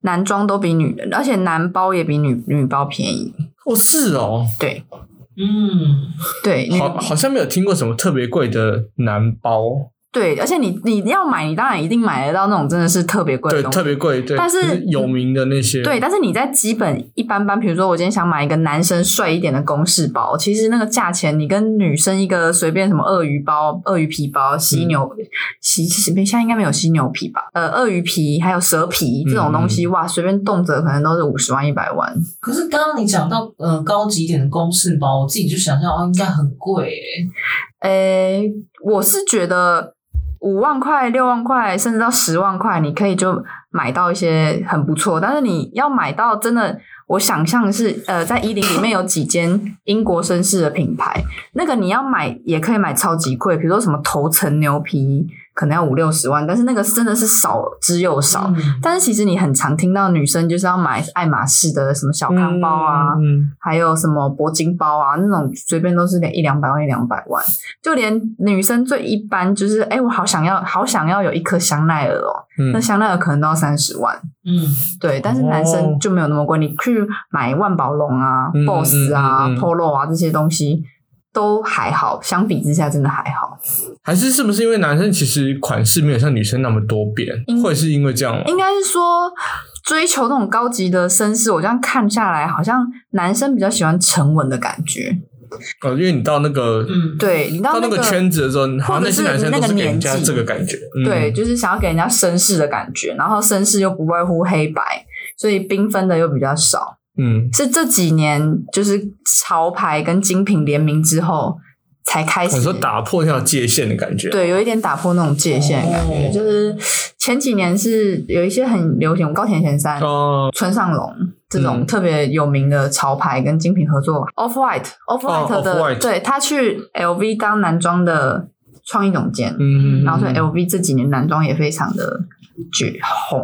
[SPEAKER 3] 男装都比女，而且男包也比女女包便宜。
[SPEAKER 2] 哦是哦，
[SPEAKER 3] 对
[SPEAKER 1] 嗯，
[SPEAKER 3] 对，女
[SPEAKER 2] 好好像没有听过什么特别贵的男包，
[SPEAKER 3] 对，而且你你要买，你当然一定买得到那种真的是特别贵的
[SPEAKER 2] 对，
[SPEAKER 3] 东西
[SPEAKER 2] 特。别贵，对，
[SPEAKER 3] 但是
[SPEAKER 2] 可有名的那些，嗯
[SPEAKER 3] 对，但是你在基本一般般，比如说我今天想买一个男生帅一点的公事包，其实那个价钱你跟女生一个随便什么鳄鱼包、鳄鱼皮包、犀牛、犀现在应该没有犀牛皮吧？呃，鳄鱼皮还有蛇皮这种东西，哇，随便动辄可能都是五十万、一百万。
[SPEAKER 1] 可是刚刚你讲到呃高级一点的公式包，我自己就想象哦，应该很贵诶、
[SPEAKER 3] 诶，我是觉得。五万块、六万块，甚至到十万块，你可以就买到一些很不错。但是你要买到真的，我想象是呃，在伊林里面有几间英国绅士的品牌，那个你要买也可以买超级贵，比如说什么头层牛皮，可能要五六十万，但是那个真的是少之又少。
[SPEAKER 1] 嗯
[SPEAKER 3] 但是其实你很常听到女生就是要买爱马仕的什么小康包啊，
[SPEAKER 2] 嗯嗯嗯
[SPEAKER 3] 还有什么铂金包啊，那种随便都是连一两百万、一两百万，就连女生最一般就是，哎、我好想要，好想要有一颗香奈儿哦，
[SPEAKER 2] 嗯
[SPEAKER 3] 那香奈儿可能都要三十万，
[SPEAKER 1] 嗯，
[SPEAKER 3] 对，但是男生就没有那么贵，你去买万宝龙啊、
[SPEAKER 2] 哦嗯
[SPEAKER 3] BOSS 啊、
[SPEAKER 2] 嗯嗯嗯
[SPEAKER 3] Polo 啊这些东西。都还好，相比之下真的还好。
[SPEAKER 2] 还是是不是因为男生其实款式没有像女生那么多变
[SPEAKER 3] 应，
[SPEAKER 2] 会是因为这样吗？
[SPEAKER 3] 应该是说追求那种高级的绅士，我这样看下来，好像男生比较喜欢沉稳的感觉。
[SPEAKER 2] 哦，因为你到那个
[SPEAKER 1] 嗯，
[SPEAKER 3] 对你
[SPEAKER 2] 到
[SPEAKER 3] 到
[SPEAKER 2] 那
[SPEAKER 3] 个
[SPEAKER 2] 个圈子的时候，好像那些
[SPEAKER 3] 或者
[SPEAKER 2] 男
[SPEAKER 3] 是
[SPEAKER 2] 生都
[SPEAKER 3] 那个
[SPEAKER 2] 是给人
[SPEAKER 3] 年
[SPEAKER 2] 家
[SPEAKER 3] 纪
[SPEAKER 2] 这个感觉，嗯
[SPEAKER 3] 对，就是想要给人家绅士的感觉，然后绅士又不外乎黑白，所以缤纷的又比较少。
[SPEAKER 2] 嗯，
[SPEAKER 3] 是这几年就是潮牌跟精品联名之后才开始，
[SPEAKER 2] 哦我说打破那条界限的感觉，
[SPEAKER 3] 对，有一点打破那种界限的感觉。
[SPEAKER 1] 哦
[SPEAKER 3] 就是前几年是有一些很流行，高田贤三、
[SPEAKER 2] 哦，
[SPEAKER 3] 村上隆这种
[SPEAKER 2] 嗯
[SPEAKER 3] 特别有名的潮牌跟精品合作、o f f White、Off
[SPEAKER 2] 哦
[SPEAKER 3] White 的，
[SPEAKER 2] Off-White
[SPEAKER 3] 对他去 LV 当男装的创意总监，
[SPEAKER 2] 嗯，
[SPEAKER 3] 然后哎所以 LV 这几年男装也非常的举红，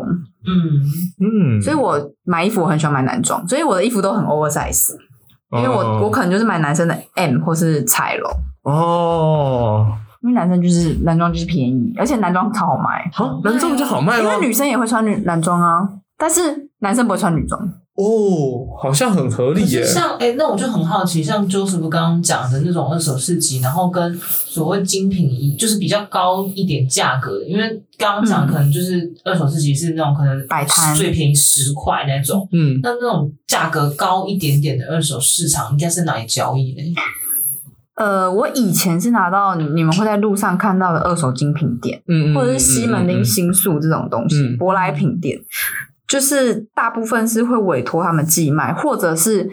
[SPEAKER 1] 嗯，
[SPEAKER 2] 嗯，
[SPEAKER 3] 所以我买衣服我很喜欢买男装，所以我的衣服都很 oversize，因为我、
[SPEAKER 2] 哦
[SPEAKER 3] 我可能就是买男生的 M 或是彩龙，
[SPEAKER 2] 哦，
[SPEAKER 3] 因为男生就是男装就是便宜，而且男装超好买，
[SPEAKER 2] 好，男装比较好卖
[SPEAKER 3] 因
[SPEAKER 2] 吗
[SPEAKER 3] 为？女生也会穿女男装啊，但是男生不会穿女装，
[SPEAKER 2] 哦，好像很合理
[SPEAKER 1] 可是
[SPEAKER 2] 耶，
[SPEAKER 1] 像哎、那我就很好奇，像 Joseph 刚刚讲的那种二手市集，然后跟所谓精品一，就是比较高一点价格的，因为刚刚讲
[SPEAKER 3] 嗯
[SPEAKER 1] 可能就是二手市集是那种可能
[SPEAKER 3] 摆摊
[SPEAKER 1] 最便宜十块那种，
[SPEAKER 2] 嗯，
[SPEAKER 1] 那那种价格高一点点的二手市场，应该是哪里交易呢？
[SPEAKER 3] 呃，我以前是拿到你你们会在路上看到的二手精品店，
[SPEAKER 2] 嗯，嗯
[SPEAKER 3] 或者是西门町新宿这种东西，
[SPEAKER 2] 嗯
[SPEAKER 3] 舶来品店，就是大部分是会委托他们寄卖，或者是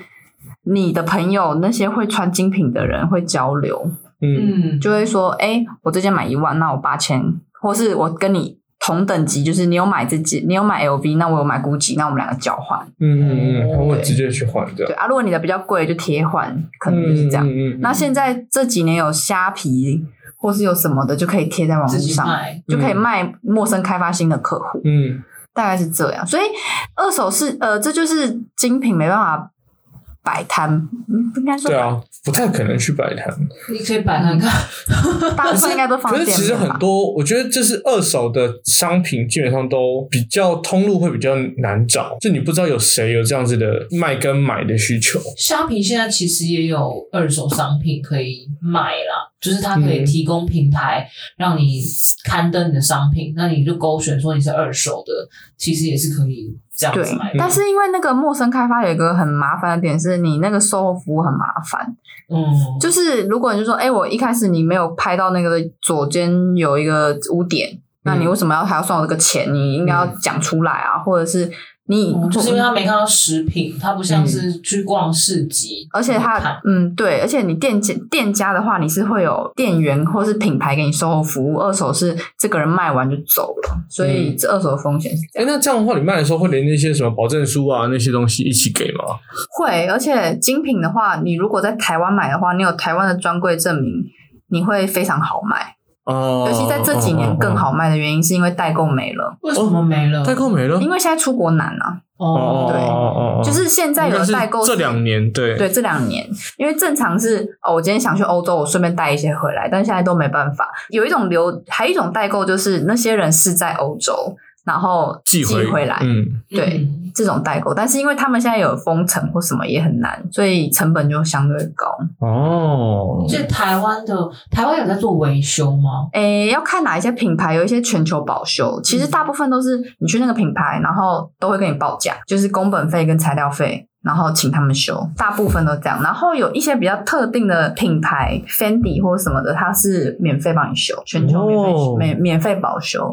[SPEAKER 3] 你的朋友那些会穿精品的人会交流，
[SPEAKER 2] 嗯，嗯
[SPEAKER 1] 嗯，
[SPEAKER 3] 就会说，哎、我这件买一万，那我八千，或是我跟你。同等级就是你有买这件，你有买 LV，那我有买 GUCCI，那我们两个交换。
[SPEAKER 2] 嗯嗯嗯，他会直接去换这
[SPEAKER 3] 哦对
[SPEAKER 2] 样，
[SPEAKER 3] 啊，如果你的比较贵，就贴换，可能就是这样。
[SPEAKER 2] 嗯嗯，
[SPEAKER 3] 那现在这几年有虾皮或是有什么的，就可以贴在网络
[SPEAKER 1] 自己
[SPEAKER 3] 上，
[SPEAKER 1] 卖，
[SPEAKER 3] 就可以卖陌生开发新的客户，
[SPEAKER 2] 嗯
[SPEAKER 3] 大概是这样。所以二手是呃，这就是精品没办法摆摊，嗯不应该说
[SPEAKER 2] 对啊，不太可能去摆摊。
[SPEAKER 1] 你可以摆看看。
[SPEAKER 3] 大部分应该都放
[SPEAKER 2] 可
[SPEAKER 3] 在
[SPEAKER 2] 是
[SPEAKER 3] 店
[SPEAKER 2] 其实
[SPEAKER 3] 面
[SPEAKER 2] 很
[SPEAKER 3] 吧。
[SPEAKER 2] 多，我觉得就是二手的商品基本上都比较通路会比较难找，就你不知道有谁有这样子的卖跟买的需求。
[SPEAKER 1] 虾皮现在其实也有二手商品可以卖啦，就是它可以
[SPEAKER 2] 嗯
[SPEAKER 1] 提供平台让你刊登你的商品，那你就勾选说你是二手的，其实也是可以这样子
[SPEAKER 3] 对
[SPEAKER 1] 买，的。
[SPEAKER 3] 但是因为那个陌生开发有一个很麻烦的点是，你那个售后服务很麻烦。
[SPEAKER 1] 嗯，
[SPEAKER 3] 就是如果你就说，哎、我一开始你没有拍到那个左肩有一个污点，那
[SPEAKER 2] 嗯
[SPEAKER 3] 你为什么要还要算我这个钱？你应该要讲出来啊，或者是你、
[SPEAKER 2] 哦
[SPEAKER 1] 嗯就是因为它没看到食品，它不像是去逛市集，
[SPEAKER 3] 而且
[SPEAKER 1] 看
[SPEAKER 3] 它，嗯，对，而且你店家店家的话，你是会有店员或是品牌给你售后服务，二手是这个人卖完就走了，所以
[SPEAKER 2] 嗯
[SPEAKER 3] 这二手的风险是这
[SPEAKER 2] 哎、
[SPEAKER 3] 样。
[SPEAKER 2] 那这样的话，你卖的时候会连那些什么保证书啊那些东西一起给吗？
[SPEAKER 3] 会，而且精品的话，你如果在台湾买的话，你有台湾的专柜证明，你会非常好卖，
[SPEAKER 2] 哦，
[SPEAKER 3] 尤其在这几年更好卖的原因是因为代购没了，
[SPEAKER 1] 为什么没
[SPEAKER 3] 嗯
[SPEAKER 1] 了？
[SPEAKER 2] 代购没了，
[SPEAKER 3] 因为现在出国难啊，
[SPEAKER 2] 哦
[SPEAKER 3] 对
[SPEAKER 1] 哦，
[SPEAKER 2] 哦哦，
[SPEAKER 3] 就是现在有的代购
[SPEAKER 2] 应该是这两。年对
[SPEAKER 3] 对这两年，因为正常是哦，我今天想去欧洲，我顺便带一些回来，但现在都没办法。有一种流，还有一种代购就是那些人是在欧洲，然后
[SPEAKER 2] 寄
[SPEAKER 3] 回来、
[SPEAKER 2] 嗯
[SPEAKER 3] 对
[SPEAKER 1] 嗯
[SPEAKER 3] 这种代购，但是因为他们现在有封城或什么也很难，所以成本就相对高。
[SPEAKER 2] 哦，
[SPEAKER 1] 所以台湾的台湾有在做维修吗？
[SPEAKER 3] 诶，要看哪一些品牌有一些全球保修，其实
[SPEAKER 2] 嗯
[SPEAKER 3] 大部分都是你去那个品牌，然后都会跟你报价，就是工本费跟材料费。然后请他们修，大部分都这样。然后有一些比较特定的品牌，Fendi 或什么的，它是免费帮你修，全球免费、
[SPEAKER 2] 哦
[SPEAKER 3] 免免费保修。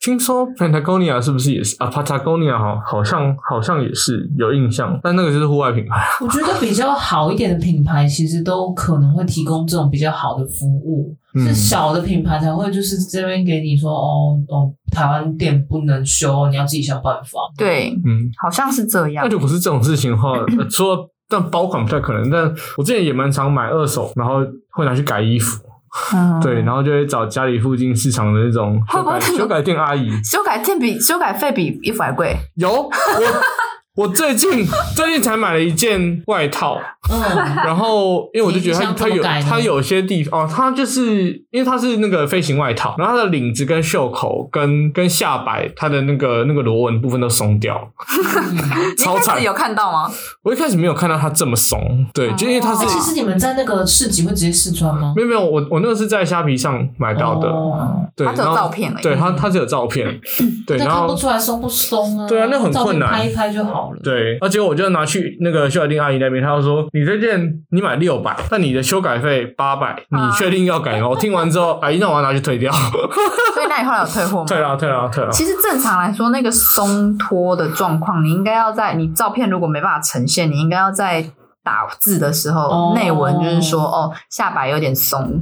[SPEAKER 2] 听说 Patagonia 是不是也是啊？Patagonia 好，好像好像也是有印象，但那个就是户外品牌。
[SPEAKER 1] 我觉得比较好一点的品牌，其实都可能会提供这种比较好的服务。
[SPEAKER 2] 嗯
[SPEAKER 1] 是小的品牌才会就是这边给你说哦哦，台湾店不能修，你要自己想办法。
[SPEAKER 3] 对，
[SPEAKER 2] 嗯，
[SPEAKER 3] 好像是这样
[SPEAKER 2] 那。如果是这种事情的话， 呃除了但包款不太可能，但我之前也蛮常买二手，然后会拿去改衣服，
[SPEAKER 1] 哦
[SPEAKER 3] 嗯，
[SPEAKER 2] 对，然后就会找家里附近市场的 那种
[SPEAKER 3] 会
[SPEAKER 2] 修
[SPEAKER 3] 不会
[SPEAKER 2] 改修改店阿姨，
[SPEAKER 3] 修改店比修改费比衣服还贵。
[SPEAKER 2] 有我。我最近最近才买了一件外套，
[SPEAKER 1] 嗯，
[SPEAKER 2] 然后，因为我就觉得它
[SPEAKER 1] 你你想
[SPEAKER 2] 它
[SPEAKER 1] 怎么
[SPEAKER 2] 有
[SPEAKER 1] 改呢
[SPEAKER 2] 它有些地方哦，它就是因为它是那个飞行外套，然后它的领子跟袖口跟跟下摆，它的那个那个螺纹部分都松掉，
[SPEAKER 1] 嗯
[SPEAKER 2] 超
[SPEAKER 3] 你一开
[SPEAKER 2] 惨
[SPEAKER 3] 始。有看到吗？
[SPEAKER 2] 我一开始没有看到它这么松，对，就因为它
[SPEAKER 1] 欸
[SPEAKER 2] 是
[SPEAKER 1] 其实你们在那个市集会直接试穿吗？
[SPEAKER 2] 没有没有，我我那个是在虾皮上买到的，
[SPEAKER 1] 哦
[SPEAKER 2] 对，
[SPEAKER 3] 它只有
[SPEAKER 2] 然后
[SPEAKER 3] 照片而已
[SPEAKER 2] 对，它它只有照 片，对，
[SPEAKER 1] 但
[SPEAKER 2] 然
[SPEAKER 1] 看不
[SPEAKER 2] 后。
[SPEAKER 1] 出来松不松啊？
[SPEAKER 2] 对啊那很
[SPEAKER 1] 照片
[SPEAKER 2] 困难
[SPEAKER 1] 拍一拍就好了。
[SPEAKER 2] 对，那、结果我就拿去那个修改定阿姨那边，她就说你这件你买六百，但你的修改费八百，你
[SPEAKER 3] 啊
[SPEAKER 2] 确定要改吗？我听完之后，阿姨那我要拿去退 掉，
[SPEAKER 3] 所以那你后来有退 货吗？
[SPEAKER 2] 退了退了退了。
[SPEAKER 3] 其实正常来说，那个松脱的状况，你应该要在你照片如果没办法呈现，你应该要在打字的时
[SPEAKER 1] 哦
[SPEAKER 3] 候，内、文就是说哦，下摆有点松。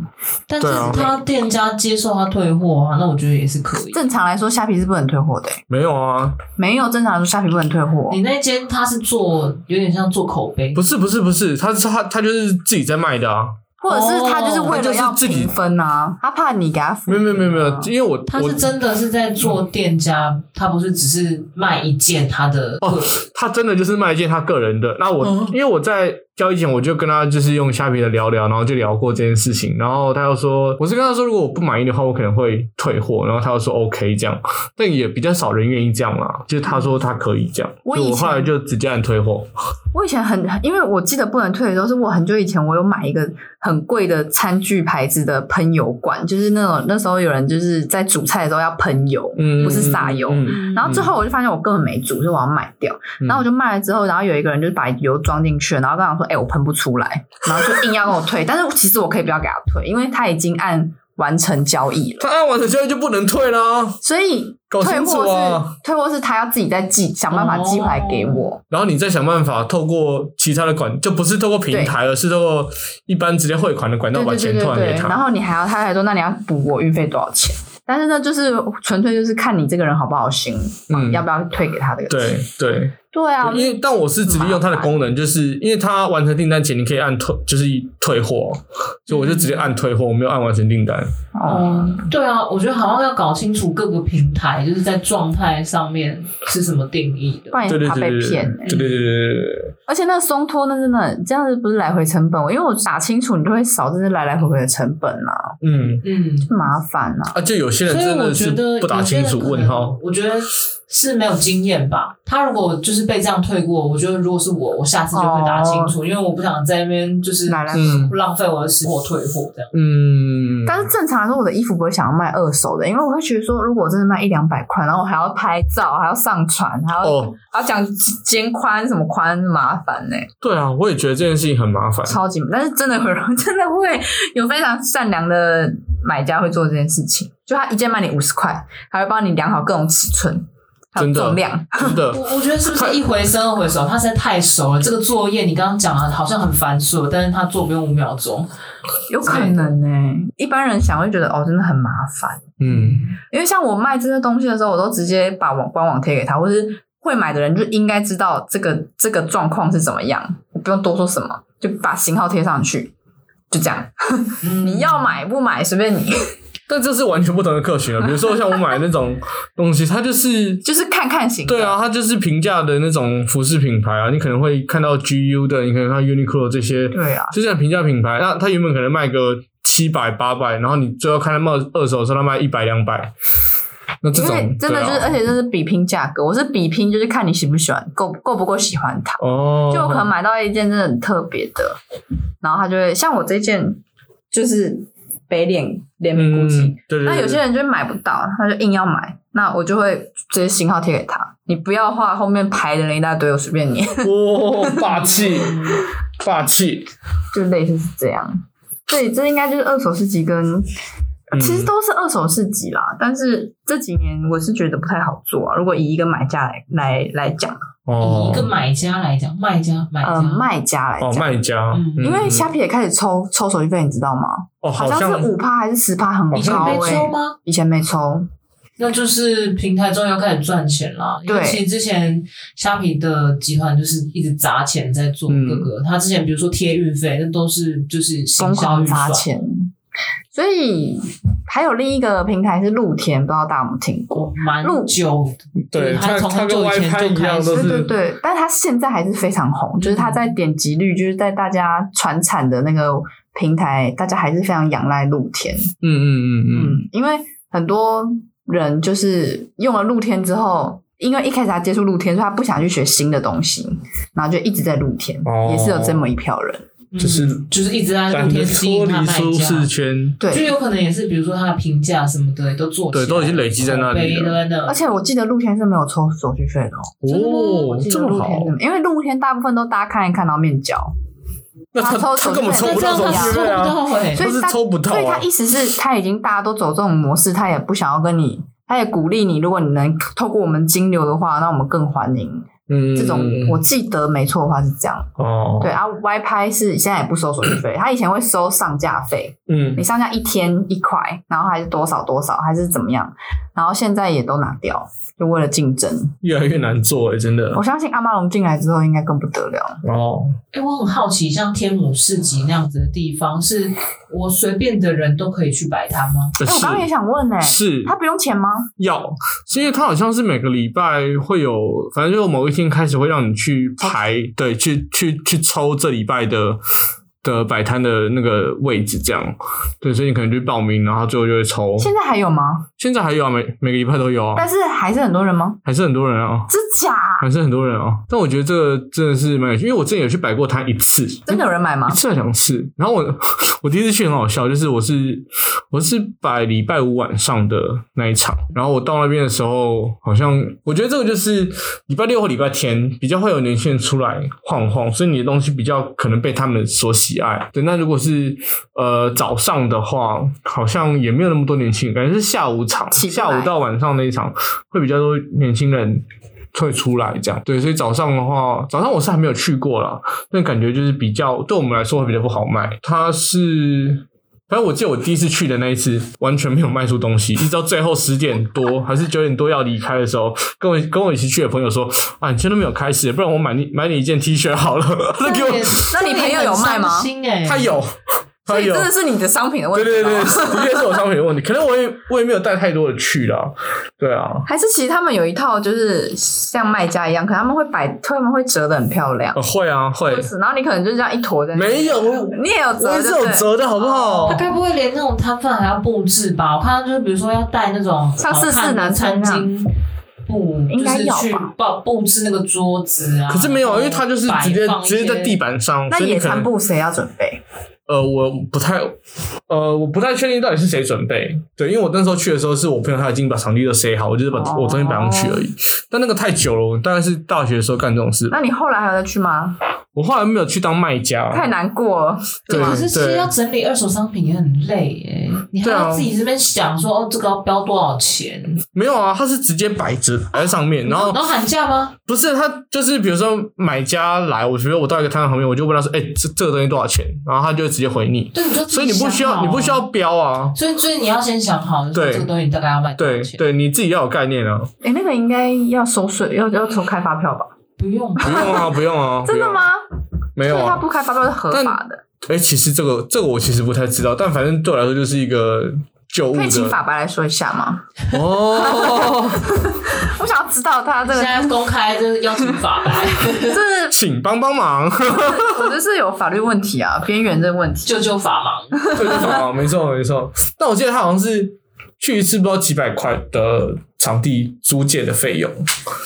[SPEAKER 1] 但是
[SPEAKER 2] 对啊
[SPEAKER 1] 他店家接受他退货啊，那我觉得也是可以。
[SPEAKER 3] 正常来说，虾皮是不能退货的、欸
[SPEAKER 2] 没有啊，
[SPEAKER 3] 没有正常来说虾皮不能退货
[SPEAKER 1] 你。那间他是做有点像做口碑，
[SPEAKER 2] 不是不是不是，他是他他就是自己在卖的啊，
[SPEAKER 3] 或者是他就是为
[SPEAKER 2] 哦他
[SPEAKER 3] 了要
[SPEAKER 2] 就是自己
[SPEAKER 3] 评分啊，他怕你给他
[SPEAKER 2] 没有没有没有没有，
[SPEAKER 3] 啊
[SPEAKER 2] 因为我
[SPEAKER 1] 他
[SPEAKER 2] 我嗯
[SPEAKER 1] 是真的是在做店家，他不是只是卖一件他的
[SPEAKER 2] 哦
[SPEAKER 1] 特色。
[SPEAKER 2] 他真的就是卖一件他个人的。那我、
[SPEAKER 1] 嗯
[SPEAKER 2] 因为我在交易前我就跟他就是用虾皮的聊聊，然后就聊过这件事情，然后他又说，我是跟他说如果我不满意的话，我可能会退货，然后他又说 OK 这样， 但也比较少人愿意这样啦，就是他说他可以这样，
[SPEAKER 3] 我
[SPEAKER 2] 所以
[SPEAKER 3] 以
[SPEAKER 2] 我后来
[SPEAKER 3] 前
[SPEAKER 2] 就直接按退货。
[SPEAKER 3] 我以前很，因为我记得不能退的时候，是我很久以前我有买一个很贵的餐具牌子的喷油罐，就是那种那时候有人就是在煮菜的时候要喷油，
[SPEAKER 2] 嗯，
[SPEAKER 3] 不是撒油。
[SPEAKER 2] 嗯
[SPEAKER 3] 然后最后我就发现我根本没煮，所以我要卖掉。然后我就卖了之后，然后有一个人就是把油装进去，然后跟我说：“哎、我喷不出来。”然后就硬要跟我退，但是其实我可以不要给他退，因为他已经按完成交易了。
[SPEAKER 2] 他按完了交易就不能退啦，
[SPEAKER 3] 所以
[SPEAKER 2] 搞
[SPEAKER 3] 退
[SPEAKER 2] 清楚
[SPEAKER 3] 货是、
[SPEAKER 2] 啊！
[SPEAKER 3] 退货是他要自己再寄，想办法寄回来给我。
[SPEAKER 2] 然后你再想办法透过其他的管，就不是透过平台，而是透过一般直接汇款的管道
[SPEAKER 3] 对
[SPEAKER 2] 把
[SPEAKER 3] 对对
[SPEAKER 2] 钱退
[SPEAKER 3] 对
[SPEAKER 2] 还给
[SPEAKER 3] 对，
[SPEAKER 2] 他。
[SPEAKER 3] 然后你还要他还说：“那你要补我运费多少钱？”但是呢，就是纯粹就是看你这个人好不好心，
[SPEAKER 2] 嗯
[SPEAKER 3] 要不要退给他这个钱。
[SPEAKER 2] 对对，
[SPEAKER 3] 对
[SPEAKER 1] 哦
[SPEAKER 3] 啊，
[SPEAKER 2] 因为
[SPEAKER 1] 嗯
[SPEAKER 2] 但我是直接用它的功能，就是因为它完成订单前你可以按退，就是退货，所以我就直接按退货，我没有按完成订单。
[SPEAKER 3] 哦，
[SPEAKER 1] 哦，对啊，我觉得好像要搞清楚各个平台就是在状态上面是什么定义的
[SPEAKER 3] 不。然
[SPEAKER 2] 对
[SPEAKER 3] 你
[SPEAKER 2] 对
[SPEAKER 3] 怕
[SPEAKER 2] 对对
[SPEAKER 3] 被
[SPEAKER 2] 对
[SPEAKER 3] 骗、欸。
[SPEAKER 2] 对对对对对
[SPEAKER 3] 而且那个松脱那真的这样子不是来回成本，因为我打清楚，你就会少这些来来回回的成本啊，
[SPEAKER 2] 对，嗯，
[SPEAKER 1] 嗯，
[SPEAKER 3] 麻烦啊。
[SPEAKER 2] 啊，就有些人
[SPEAKER 1] 所以
[SPEAKER 2] 真
[SPEAKER 1] 我
[SPEAKER 2] 的
[SPEAKER 1] 觉
[SPEAKER 2] 是
[SPEAKER 1] 得
[SPEAKER 2] 不打
[SPEAKER 1] 有些
[SPEAKER 2] 清
[SPEAKER 1] 人
[SPEAKER 2] 楚
[SPEAKER 1] 可
[SPEAKER 2] 问
[SPEAKER 1] 能
[SPEAKER 2] 号，
[SPEAKER 1] 我觉得是没有经验吧。他如果就是被这样退过，我觉得如果是我，我下次就会打清楚，因为我不想在那边就是
[SPEAKER 3] 来来
[SPEAKER 2] 嗯
[SPEAKER 1] 浪费我的时间我退货这样。
[SPEAKER 2] 嗯，
[SPEAKER 3] 但是正常来说，我的衣服不会想要卖二手的，因为我会觉得说，如果我真的卖一两百块，然后我还要拍照，还要上传，还要、
[SPEAKER 2] 哦，
[SPEAKER 3] 还要讲肩宽什么宽，麻烦呢、欸
[SPEAKER 2] 对啊，我也觉得这件事情很麻烦。
[SPEAKER 3] 超级麻烦。但是真的会有，真的会有非常善良的买家会做这件事情，就他一件卖你五十块，还会帮你量好各种尺寸，还有
[SPEAKER 2] 真的
[SPEAKER 3] 重量。
[SPEAKER 2] 真的，
[SPEAKER 1] 我我觉得是不是一回生二回熟？他实在太熟了。这个作业你刚刚讲的好像很繁琐，但是他做不用五秒钟。
[SPEAKER 3] 有可能呢、欸一般人想会觉得哦，真的很麻烦。
[SPEAKER 2] 嗯，
[SPEAKER 3] 因为像我卖这些东西的时候，我都直接把网官网贴给他，或是会买的人就应该知道这个这个状况是怎么样，我不用多说什么，就把型号贴上去，就这样。
[SPEAKER 1] 嗯
[SPEAKER 3] 你要买不买随便你，
[SPEAKER 2] 但这是完全不同的客群啊。比如说像我买那种东西，它就是
[SPEAKER 3] 就是看看型。
[SPEAKER 2] 对，啊，它就是平价的那种服饰品牌啊，你可能会看到 GU 的，你可能看到 Uniqlo 这些，
[SPEAKER 3] 对啊，
[SPEAKER 2] 就这样平价品牌。那它原本可能卖个七百八百，然后你最后看它卖二手的时候，它卖一百两 百，那这
[SPEAKER 3] 因为
[SPEAKER 2] 种
[SPEAKER 3] 真的就是，
[SPEAKER 2] 对啊
[SPEAKER 3] 而且真的是比拼价格，我是比拼，就是看你喜不喜欢，够够不够喜欢它。
[SPEAKER 2] 哦，
[SPEAKER 3] 就我可能买到一件真的很特别的，然后他就会像我这件就是北脸联名
[SPEAKER 2] 嗯
[SPEAKER 3] GUCCI，、，
[SPEAKER 2] 对对对，
[SPEAKER 3] 那有 些人就买不到，他就硬要买，那我就会直接型号贴给他。你不要画后面排的人一大堆，我随便你，
[SPEAKER 2] 哇、霸气，
[SPEAKER 1] 嗯
[SPEAKER 2] 霸气，
[SPEAKER 3] 就类似是这样。对，这应该就是二手市集跟，
[SPEAKER 2] 嗯
[SPEAKER 3] 其实都是二手市集啦。但是这几年我是觉得不太好做啊。如果以一个买家来来来讲，
[SPEAKER 1] 以
[SPEAKER 2] 哦
[SPEAKER 1] 一个买家来讲，卖家买家
[SPEAKER 3] 呃，卖家来
[SPEAKER 2] 哦
[SPEAKER 3] 讲，
[SPEAKER 2] 卖家，
[SPEAKER 1] 嗯
[SPEAKER 2] 嗯
[SPEAKER 3] 因为虾皮也开始抽抽手续费，你知道吗？
[SPEAKER 2] 哦
[SPEAKER 3] 好
[SPEAKER 2] 好
[SPEAKER 3] 像
[SPEAKER 2] 像
[SPEAKER 3] 是五趴还是十趴，很高
[SPEAKER 1] 以前被
[SPEAKER 3] 哎、
[SPEAKER 1] 抽吗？
[SPEAKER 3] 以前没抽，
[SPEAKER 1] 那就是平台终于要开始赚钱啦。因为
[SPEAKER 3] 对
[SPEAKER 1] 其实之前虾皮的集团就是一直砸钱在做
[SPEAKER 2] 嗯
[SPEAKER 1] 各个，他之前比如说贴运费，那都是就是
[SPEAKER 3] 疯
[SPEAKER 1] 行销
[SPEAKER 3] 狂
[SPEAKER 1] 预
[SPEAKER 3] 砸
[SPEAKER 1] 算。
[SPEAKER 3] 钱。所以还有另一个平台是露天，不知道大家有没有听过？
[SPEAKER 1] 我蛮
[SPEAKER 3] 录
[SPEAKER 1] 久，
[SPEAKER 2] 对
[SPEAKER 1] 他
[SPEAKER 2] 它
[SPEAKER 1] 从
[SPEAKER 2] 它
[SPEAKER 1] 很
[SPEAKER 2] 跟
[SPEAKER 1] 久以
[SPEAKER 2] Y
[SPEAKER 1] 前
[SPEAKER 2] 拍
[SPEAKER 1] 就
[SPEAKER 2] 一
[SPEAKER 1] 开
[SPEAKER 2] 样都
[SPEAKER 1] 始，
[SPEAKER 3] 对
[SPEAKER 2] 是
[SPEAKER 3] 对对，但是它现在还是非常红，就是它在点击率，就是在大家传产的那个平台，大家还是非常仰赖露天。
[SPEAKER 2] 嗯嗯嗯嗯，
[SPEAKER 3] 嗯，因为很多人就是用了露天之后，因为一开始他接触露天，所以他不想去学新的东西，然后就一直在露天，
[SPEAKER 2] 哦
[SPEAKER 3] 也是有这么一票人。
[SPEAKER 1] 嗯
[SPEAKER 2] 就是
[SPEAKER 1] 就是一直在露
[SPEAKER 2] 感觉
[SPEAKER 1] 天吸
[SPEAKER 2] 脱
[SPEAKER 1] 引他
[SPEAKER 2] 离
[SPEAKER 1] 卖
[SPEAKER 2] 舒适
[SPEAKER 1] 家。
[SPEAKER 2] 圈，
[SPEAKER 1] 就
[SPEAKER 3] 对，
[SPEAKER 1] 有可能也是，比如说他的评价什么的也都做起来
[SPEAKER 2] 对都已经累积在那里了
[SPEAKER 1] 口碑都在那
[SPEAKER 3] 而且我记得露天是没有抽手续费的哦。
[SPEAKER 1] 哦
[SPEAKER 2] 哦
[SPEAKER 3] 我，记
[SPEAKER 2] 这
[SPEAKER 3] 得
[SPEAKER 2] 么
[SPEAKER 3] 露
[SPEAKER 2] 好
[SPEAKER 3] 天，是没，因为露天大部分都大家看一看，然后面交，
[SPEAKER 2] 那他
[SPEAKER 3] 他抽
[SPEAKER 2] 他根本
[SPEAKER 3] 手
[SPEAKER 2] 抽
[SPEAKER 3] 续
[SPEAKER 1] 那
[SPEAKER 2] 不
[SPEAKER 1] 这
[SPEAKER 2] 到
[SPEAKER 1] 样他
[SPEAKER 2] 手
[SPEAKER 1] 收
[SPEAKER 2] 续费
[SPEAKER 1] 不
[SPEAKER 2] 啊，
[SPEAKER 1] 到哎、
[SPEAKER 3] 所
[SPEAKER 2] 他
[SPEAKER 3] 以
[SPEAKER 2] 是
[SPEAKER 3] 他
[SPEAKER 2] 抽不到
[SPEAKER 3] 所以他
[SPEAKER 2] 啊。
[SPEAKER 3] 意思是他已经大家都走这种模式，他也不想要跟你，他也鼓励你，如果你能透过我们金流的话，那我们更欢迎。
[SPEAKER 2] 嗯，
[SPEAKER 3] 这种我记得没错的话是这样。
[SPEAKER 2] 哦，
[SPEAKER 3] 对啊，Y 拍是现在也不收手续费，他以前会收上架费，
[SPEAKER 2] 嗯
[SPEAKER 3] 你上架一天一块，然后还是多少多少，还是怎么样，然后现在也都拿掉，就为了竞争。
[SPEAKER 2] 越来越难做哎，真的
[SPEAKER 3] 我相信阿妈龙进来之后应该更不得了，
[SPEAKER 2] 哦，
[SPEAKER 1] 哎、我很好奇，像天母市集那样子的地方，是我随便的人都可以去摆摊吗？
[SPEAKER 2] 可
[SPEAKER 3] 哎、我刚刚也
[SPEAKER 2] 是
[SPEAKER 3] 想问呢、
[SPEAKER 2] 是
[SPEAKER 3] 他不用钱吗？
[SPEAKER 2] 要，是因为它好像是每个礼拜会有，反正就某一天开始会让你去
[SPEAKER 3] 哦
[SPEAKER 2] 排，对，去去去抽这礼拜的的摆摊的那个位置，这样，对，所以你可能去报名，然后最后就会抽。
[SPEAKER 3] 现在还有吗？
[SPEAKER 2] 现在还有啊，每每个礼拜都有啊
[SPEAKER 3] 但，是还是很多人吗？
[SPEAKER 2] 还是很多人啊，
[SPEAKER 3] 真假？
[SPEAKER 2] 还是很多人啊。但我觉得这个真的是蛮有趣，因为我之前有去摆过摊一次，
[SPEAKER 3] 真的有人买吗
[SPEAKER 2] 一？次还两次。然后我 我第一次去很好笑，就是我是我是摆礼拜五晚上的那一场，然后我到那边的时候，好像我觉得这个就是礼拜六或礼拜天比较会有年轻人出来晃晃，所以你的东西比较可能被他们所喜爱。对，那如果是呃早上的话，好像也没有那么多年轻人，感觉是下午场，
[SPEAKER 3] 起不
[SPEAKER 2] 下午
[SPEAKER 3] 来
[SPEAKER 2] 到晚上那一场会比较多年轻人。会出来这样，对，所以早上的话，早上我是还没有去过啦，那感觉就是比较对我们来说会比较不好卖。它是，反正我记得我第一次去的那一次，完全没有卖出东西，一直到最后十点多还是九点多要离开的时候，跟我跟我一起去的朋友说：“啊，你真的没有开始，不然我买你买你一件 T 恤好了。” 他就给我，
[SPEAKER 3] 那你朋友有卖吗
[SPEAKER 1] 心哎、
[SPEAKER 2] 他有，他
[SPEAKER 3] 所以
[SPEAKER 2] 有
[SPEAKER 3] 真，的是你的商品的问
[SPEAKER 2] 哎对
[SPEAKER 3] 题。
[SPEAKER 2] 对对，对，我觉得是我商品的问题，可能我也我也没有带太多的去啦，对啊，
[SPEAKER 3] 还是其实他们有一套，就是像卖家一样，可他们会摆，他们会折的很漂亮
[SPEAKER 2] 呃、，会啊会
[SPEAKER 3] 就，是然后你可能就这样一坨在那边，
[SPEAKER 2] 没有，我
[SPEAKER 3] 你也有折，
[SPEAKER 2] 我也是有折的好不好
[SPEAKER 1] 他？
[SPEAKER 3] 哦
[SPEAKER 1] 该不会连那种摊贩还要布置吧？我看他就是比如说要带那种呃
[SPEAKER 3] 像四四男
[SPEAKER 1] 餐
[SPEAKER 3] 生那样
[SPEAKER 1] 巾布，
[SPEAKER 3] 应该
[SPEAKER 1] 就是
[SPEAKER 3] 要
[SPEAKER 1] 去
[SPEAKER 3] 吧
[SPEAKER 1] 布布置那个桌子啊。
[SPEAKER 2] 可是没有，
[SPEAKER 1] 然
[SPEAKER 2] 啊，
[SPEAKER 1] 后
[SPEAKER 2] 因为他就是直接
[SPEAKER 1] 摆放一
[SPEAKER 2] 直接在
[SPEAKER 1] 些
[SPEAKER 2] 地板上，
[SPEAKER 3] 那
[SPEAKER 2] 所以
[SPEAKER 3] 野
[SPEAKER 2] 你可能
[SPEAKER 3] 餐布谁要准备？
[SPEAKER 2] 呃，我不太，呃，我不太确定到底是谁准备。对，因为我那时候去的时候，是我朋友他已经把场地都塞好，我就是把、
[SPEAKER 3] 哦
[SPEAKER 2] 我东西摆上去而已。但那个太久了，我大概是大学的时候干这种事。
[SPEAKER 3] 那你后来还有再去吗？
[SPEAKER 2] 我后来没有去当卖家，
[SPEAKER 3] 太难过了，
[SPEAKER 2] 嗯对
[SPEAKER 1] 可是其实
[SPEAKER 2] 对
[SPEAKER 1] 要整理二手商品也很累哎、你还
[SPEAKER 2] 对啊
[SPEAKER 1] 要自己这边想说、哦，这个要标多少钱？
[SPEAKER 2] 没有啊，他是直接摆着摆在上面，然后
[SPEAKER 1] 然
[SPEAKER 3] 哦
[SPEAKER 1] 后喊价吗？
[SPEAKER 2] 不是他就是比如说买家来，我觉得我到一个摊贩旁边，我就问他说：“哎、这这个东西多少钱？”然后他就会直接回你，
[SPEAKER 1] 对，你就自己
[SPEAKER 2] 所以你不需
[SPEAKER 1] 想
[SPEAKER 2] 要
[SPEAKER 1] 好
[SPEAKER 2] 你不需要标啊，
[SPEAKER 1] 所以所以你要先想好，就是
[SPEAKER 2] 对
[SPEAKER 1] 这个东西你大概要卖多
[SPEAKER 2] 对
[SPEAKER 1] 少钱？
[SPEAKER 2] 对，你自己要有概念啊，
[SPEAKER 3] 哎、那个应该要收税，要要抽开发票吧？
[SPEAKER 1] 不用吧
[SPEAKER 2] 不用啊，不用啊，
[SPEAKER 3] 真
[SPEAKER 2] 不
[SPEAKER 3] 的
[SPEAKER 2] 用？
[SPEAKER 3] 吗？
[SPEAKER 2] 没
[SPEAKER 3] 所
[SPEAKER 2] 有
[SPEAKER 3] 以他
[SPEAKER 2] 啊，
[SPEAKER 3] 不开发票是合法的，
[SPEAKER 2] 哎、其实这个这个我其实不太知道，但反正对我来说就是一个旧物
[SPEAKER 3] 可以请
[SPEAKER 2] 的
[SPEAKER 3] 法白来说一下吗？
[SPEAKER 2] 哦，
[SPEAKER 3] 我想要知道他这
[SPEAKER 1] 现
[SPEAKER 3] 个，
[SPEAKER 1] 在公开就是邀请 法白，
[SPEAKER 3] 就是
[SPEAKER 2] 请帮帮忙，
[SPEAKER 3] 我觉得是有法律问题啊，边缘这个问题。
[SPEAKER 1] 救救法盲。
[SPEAKER 2] 对对好，没错没错。但我记得他好像是去一次不知道几百块的场地租借的费用，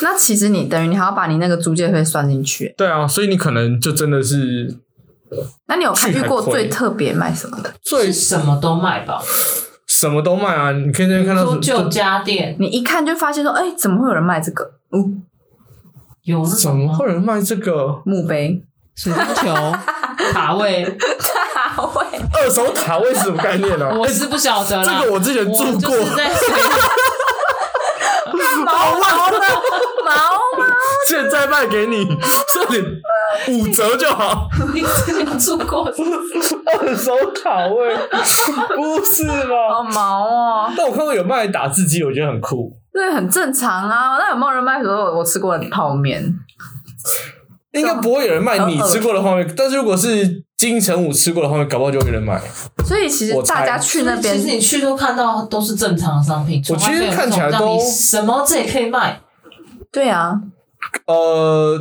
[SPEAKER 3] 那其实你等于你还要把你那个租借费算进去，
[SPEAKER 2] 对啊，所以你可能就真的是
[SPEAKER 3] 那你有看
[SPEAKER 2] 去
[SPEAKER 3] 遇
[SPEAKER 2] 还
[SPEAKER 3] 过
[SPEAKER 2] 亏
[SPEAKER 3] 最特别卖什么的？
[SPEAKER 2] 最
[SPEAKER 1] 是什么都卖吧，
[SPEAKER 2] 什么都卖啊，你可以在那边看到
[SPEAKER 1] 说
[SPEAKER 2] 什
[SPEAKER 1] 旧
[SPEAKER 2] 么
[SPEAKER 1] 家电
[SPEAKER 3] 你一看就发现说，哎、怎么会有人卖这个？嗯，
[SPEAKER 1] 有那
[SPEAKER 2] 怎
[SPEAKER 1] 种
[SPEAKER 2] 么
[SPEAKER 1] 吗
[SPEAKER 2] 会有人卖这个
[SPEAKER 3] 墓碑，
[SPEAKER 1] 水晶球、 卡位，
[SPEAKER 3] 大卫，
[SPEAKER 2] 二手塔位是什么概念呢、啊？
[SPEAKER 1] 我是不晓得啦。
[SPEAKER 2] 这个我之前住
[SPEAKER 1] 我
[SPEAKER 2] 过，
[SPEAKER 1] 就是在
[SPEAKER 3] 毛毛呢？毛吗？
[SPEAKER 2] 哦现在卖给你，这里五折就好。
[SPEAKER 1] 你之前住过，
[SPEAKER 2] 二手卡 位，不是
[SPEAKER 3] 好
[SPEAKER 2] 吧？
[SPEAKER 3] 毛哦。
[SPEAKER 2] 但我看过有卖打字机，我觉得很酷。
[SPEAKER 3] 对，很正常啊。那有没有人卖说我我吃过的泡面？
[SPEAKER 2] 应该不会有人卖你吃过的泡面，但是如果是金城武吃过的话，搞不好就有人买。
[SPEAKER 3] 所以其实
[SPEAKER 2] 我
[SPEAKER 3] 大
[SPEAKER 2] 猜
[SPEAKER 3] 家去那边
[SPEAKER 1] 其实你去都看到都是正常的商品，
[SPEAKER 2] 我其实
[SPEAKER 1] 从来没有
[SPEAKER 2] 看起来
[SPEAKER 1] 那种让你
[SPEAKER 2] 都
[SPEAKER 1] 什么这也可以卖，
[SPEAKER 3] 对啊，
[SPEAKER 2] 呃，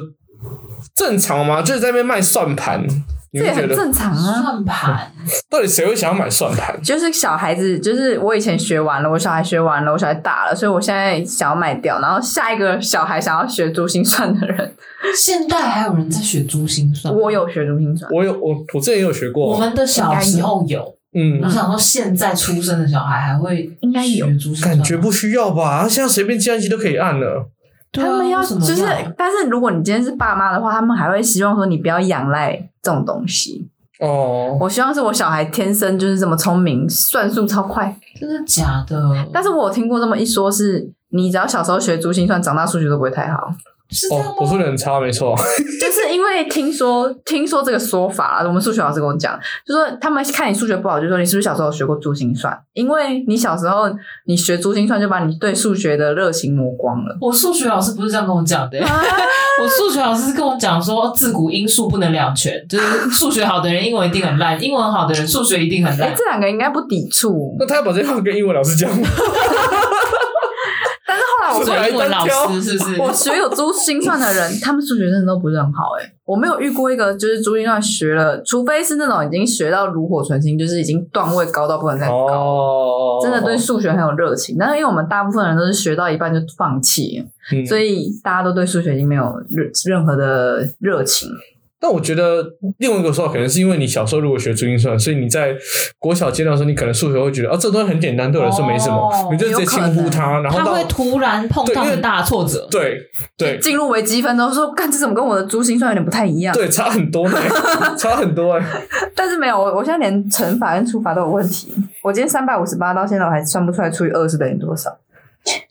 [SPEAKER 2] 正常吗？就是在那边卖算盘，你
[SPEAKER 3] 这
[SPEAKER 2] 会
[SPEAKER 3] 也
[SPEAKER 2] 觉
[SPEAKER 3] 很
[SPEAKER 2] 得
[SPEAKER 3] 正常啊。
[SPEAKER 1] 算盘
[SPEAKER 2] 到底谁会想要买算盘？
[SPEAKER 3] 就是小孩子，就是我以前学完了，我小孩学完了，我小孩大了，所以我现在想要卖掉。然后下一个小孩想要学珠心算的人，
[SPEAKER 1] 现代还有人在学珠心算，
[SPEAKER 3] 我。有学珠心算，
[SPEAKER 2] 我有我我之前也有学
[SPEAKER 1] 我
[SPEAKER 2] 过，
[SPEAKER 1] 们的小时候有，
[SPEAKER 2] 嗯
[SPEAKER 1] 我，想说现在出生的小孩还会
[SPEAKER 3] 应该有
[SPEAKER 1] 学珠心算
[SPEAKER 2] 感
[SPEAKER 1] 吗
[SPEAKER 2] 觉不需要吧？啊现在随便计算机都可以按了。
[SPEAKER 1] 对啊
[SPEAKER 3] 他们要
[SPEAKER 1] 为什么
[SPEAKER 3] 就是
[SPEAKER 1] 要，
[SPEAKER 3] 但是如果你今天是爸妈的话，他们还会希望说你不要仰赖这种东西。
[SPEAKER 2] 哦，
[SPEAKER 3] 我希望是我小孩天生就是这么聪明，算术超快。
[SPEAKER 1] 真的假的？
[SPEAKER 3] 但是我有听过这么一说是，你只要小时候学珠心算，长大数学都不会太好，
[SPEAKER 1] 是这样吗
[SPEAKER 2] 哦，？我数学很差，没错。
[SPEAKER 3] 就是因为听说听说这个说法啦。我们数学老师跟我讲，就说他们看你数学不好，就说你是不是小时候有学过珠心算？因为你小时候你学珠心算，就把你对数学的热情磨光了。
[SPEAKER 1] 我数学老师不是这样跟我讲 的、
[SPEAKER 3] 啊
[SPEAKER 1] 我数学老师是跟我讲说，自古因数不能两全，就是数学好的人英文一定很烂，英文好的人数学一定很
[SPEAKER 3] 哎、
[SPEAKER 1] 烂。
[SPEAKER 3] 这两个应该不抵触。
[SPEAKER 2] 那他要把这句话跟英文老师讲吗？
[SPEAKER 3] 但是后来我
[SPEAKER 2] 这
[SPEAKER 1] 做
[SPEAKER 2] 还
[SPEAKER 1] 英文老
[SPEAKER 2] 单挑
[SPEAKER 1] 师是 不是？
[SPEAKER 3] 我学有珠心算的人，他们数学真的都不是很好哎、我没有遇过一个就是珠心算学了，除非是那种已经学到炉火纯青，就是已经段位高到不能再高，
[SPEAKER 2] 哦，
[SPEAKER 3] 真的对数学很有热情。但是因为我们大部分人都是学到一半就放弃了，
[SPEAKER 2] 嗯
[SPEAKER 3] 所以大家都对数学已经没有任任何的热情。
[SPEAKER 2] 但我觉得另外一个说法，可能是因为你小时候如果学珠心算，所以你在国小阶段的时候，你可能数学会觉得啊，这东西很简单，对我来说没什么，
[SPEAKER 1] 哦
[SPEAKER 2] 你就直接轻忽它，然后
[SPEAKER 1] 他
[SPEAKER 2] 到
[SPEAKER 1] 会突然碰
[SPEAKER 2] 对
[SPEAKER 1] 到
[SPEAKER 2] 因为
[SPEAKER 1] 很大的挫折，
[SPEAKER 2] 对对
[SPEAKER 3] 进入微积分之后说，干这怎么跟我的珠心算有点不太一样？
[SPEAKER 2] 对差很多呢，差很多哎、
[SPEAKER 3] 但是没有，我我现在连乘法跟除法都有问题。我今天三百五十八到现在我还算不出来除以二是等于多少。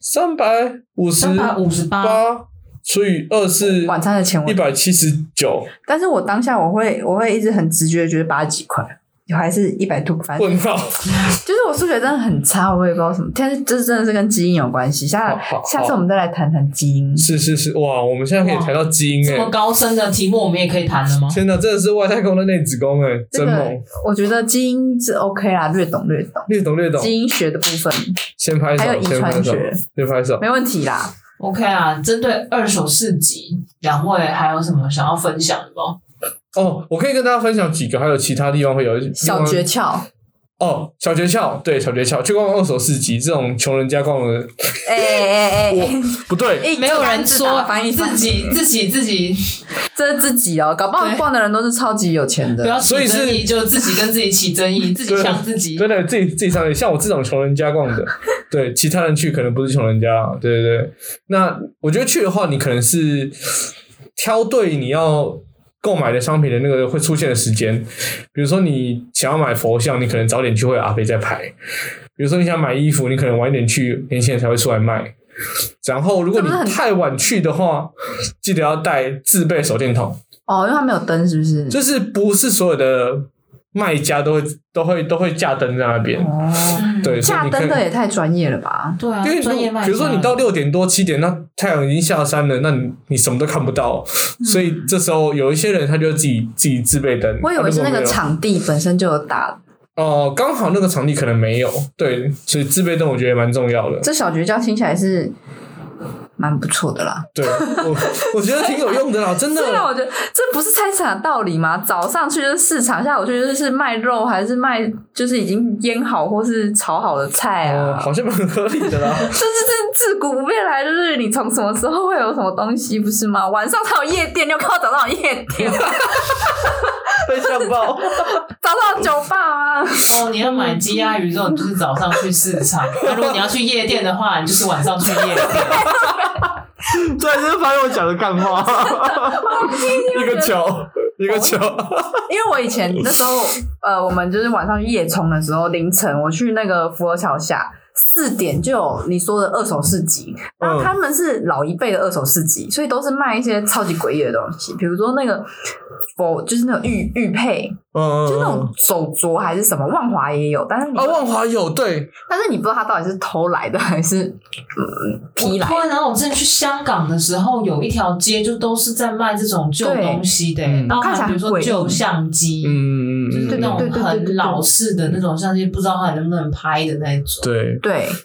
[SPEAKER 2] 三百五十
[SPEAKER 1] 三百五十八，
[SPEAKER 2] 八除以二是
[SPEAKER 3] 晚餐的钱我
[SPEAKER 2] 一百七十九，
[SPEAKER 3] 但是我当下我会我会一直很直觉的觉得八十几块，还是一百多，反正
[SPEAKER 2] 问号，
[SPEAKER 3] 就是我数学真的很差，我也不知道什么。但是这真的是跟基因有关系。下
[SPEAKER 2] 好好
[SPEAKER 3] 下次我们再来谈谈基因。
[SPEAKER 2] 是是是，哇，我们现在可以谈到基因
[SPEAKER 1] 这
[SPEAKER 2] 哎、
[SPEAKER 1] 么高深的题目我们也可以谈了吗？
[SPEAKER 2] 天哪，真的是外太空的内子宫哎、真
[SPEAKER 3] 这个
[SPEAKER 2] 猛，
[SPEAKER 3] 我觉得基因是 OK 啦，略懂略懂。
[SPEAKER 2] 略懂略懂，
[SPEAKER 3] 基因学的部分
[SPEAKER 2] 先拍手
[SPEAKER 3] 还有，遗
[SPEAKER 2] 先拍
[SPEAKER 3] 传
[SPEAKER 2] 手
[SPEAKER 3] 学，
[SPEAKER 2] 先拍手。
[SPEAKER 3] 没问题啦。
[SPEAKER 1] OK 啊，针对二手市集，两位还有什么想要分享的吗？
[SPEAKER 2] 哦，我可以跟大家分享几个，还有其他地方会有一
[SPEAKER 3] 小诀窍，
[SPEAKER 2] 哦，小诀窍，对，小诀窍，去逛逛二手市集，这种穷人家逛的
[SPEAKER 3] 哎哎哎哎
[SPEAKER 2] 不对，
[SPEAKER 3] 哎，
[SPEAKER 1] 没有人说
[SPEAKER 3] 翻 译
[SPEAKER 1] 自己自己自己
[SPEAKER 3] 这是自己哦，搞不好
[SPEAKER 1] 对
[SPEAKER 3] 逛的人都是超级有钱
[SPEAKER 1] 不
[SPEAKER 3] 的。
[SPEAKER 1] 要
[SPEAKER 2] 所以
[SPEAKER 1] 起
[SPEAKER 2] 是
[SPEAKER 1] 争议，就自己跟自己起争议，自己
[SPEAKER 2] 对
[SPEAKER 1] 想自己。
[SPEAKER 2] 真的自己自己上去，像我这种穷人家逛的，对，其他人去可能不是穷人家啊，对对对。那我觉得去的话，你可能是挑对你要购买的商品的那个会出现的时间，比如说你想要买佛像，你可能早点去会有阿飞在排；比如说你想买衣服，你可能晚一点去，年轻人才会出来卖。然后，如果
[SPEAKER 3] 这
[SPEAKER 2] 你
[SPEAKER 3] 不是很
[SPEAKER 2] 太晚去的话，记得要带自备手电筒。
[SPEAKER 3] 哦，因为他没有灯，是不是？
[SPEAKER 2] 就是不是所有的卖家都会都会都会架灯在那边，
[SPEAKER 3] 哦，
[SPEAKER 1] 嗯
[SPEAKER 2] 对，所以
[SPEAKER 3] 架
[SPEAKER 2] 你可
[SPEAKER 3] 灯的
[SPEAKER 2] 以。
[SPEAKER 3] 也太专业了吧？
[SPEAKER 1] 对啊
[SPEAKER 2] 因为，
[SPEAKER 1] 专业
[SPEAKER 2] 你
[SPEAKER 1] 卖家。
[SPEAKER 2] 比如说你到六点多七点，那太阳已经下山了，那你你什么都看不到，
[SPEAKER 1] 嗯
[SPEAKER 2] 所以这时候有一些人他就自己自己自备灯。
[SPEAKER 3] 我以
[SPEAKER 2] 啊
[SPEAKER 3] 为是那
[SPEAKER 2] 如果没
[SPEAKER 3] 个
[SPEAKER 2] 有
[SPEAKER 3] 场地本身就有打，
[SPEAKER 2] 哦，刚好那个场地可能没有，对，所以自备灯我觉得也蛮重要的。
[SPEAKER 3] 这小绝招听起来是蛮不错的啦。
[SPEAKER 2] 对，我我觉得挺有用的啦， 真的。
[SPEAKER 3] 虽然我觉得这不是菜市场的道理吗？早上去就是市场，下午去就是卖肉，还是卖就是已经腌好或是炒好的菜
[SPEAKER 2] 哦，
[SPEAKER 3] 啊？
[SPEAKER 2] 好像蛮合理的 啦。
[SPEAKER 3] 这是这自古不变来，就是你从什么时候会有什么东西，不是吗？晚上才有夜店，你有看到早上有夜店，
[SPEAKER 2] 被吓爆。
[SPEAKER 3] 早上有酒 吧吗？
[SPEAKER 1] 哦，你要买鸡鸭鱼肉，你就是早上去市场；那如果你要去夜店的话，你就是晚上去夜店。
[SPEAKER 2] 对，就是发现我讲的干话，一个球，一个球，
[SPEAKER 3] 因为我以前那时候，呃，我们就是晚上去夜冲的时候，凌晨我去那个福尔桥下，四点就有你说的二手市集，然
[SPEAKER 2] 嗯
[SPEAKER 3] 后他们是老一辈的二手市集，所以都是卖一些超级诡异的东西，比如说那个佛，就是那种玉玉佩，
[SPEAKER 2] 嗯，
[SPEAKER 3] 就那
[SPEAKER 2] 嗯
[SPEAKER 3] 种手镯还是什么，万华也有，但是你、
[SPEAKER 2] 啊，万华有对，
[SPEAKER 3] 但是你不知道他到底是偷来的还是嗯批来
[SPEAKER 1] 突然想到，我之前去香港的时候，有一条街就都是在卖这种旧
[SPEAKER 3] 对
[SPEAKER 1] 东西的、
[SPEAKER 2] 嗯
[SPEAKER 1] 然后
[SPEAKER 3] 看起来
[SPEAKER 1] 还有比如
[SPEAKER 3] 很
[SPEAKER 1] 说
[SPEAKER 3] 诡异
[SPEAKER 1] 旧相机，
[SPEAKER 2] 嗯嗯嗯，
[SPEAKER 1] 就是那
[SPEAKER 2] 嗯
[SPEAKER 3] 对
[SPEAKER 1] 种
[SPEAKER 3] 对对对对
[SPEAKER 1] 很老式的那种相机，不知道它能不能拍的那种，
[SPEAKER 2] 对，
[SPEAKER 3] 对，
[SPEAKER 2] 嗯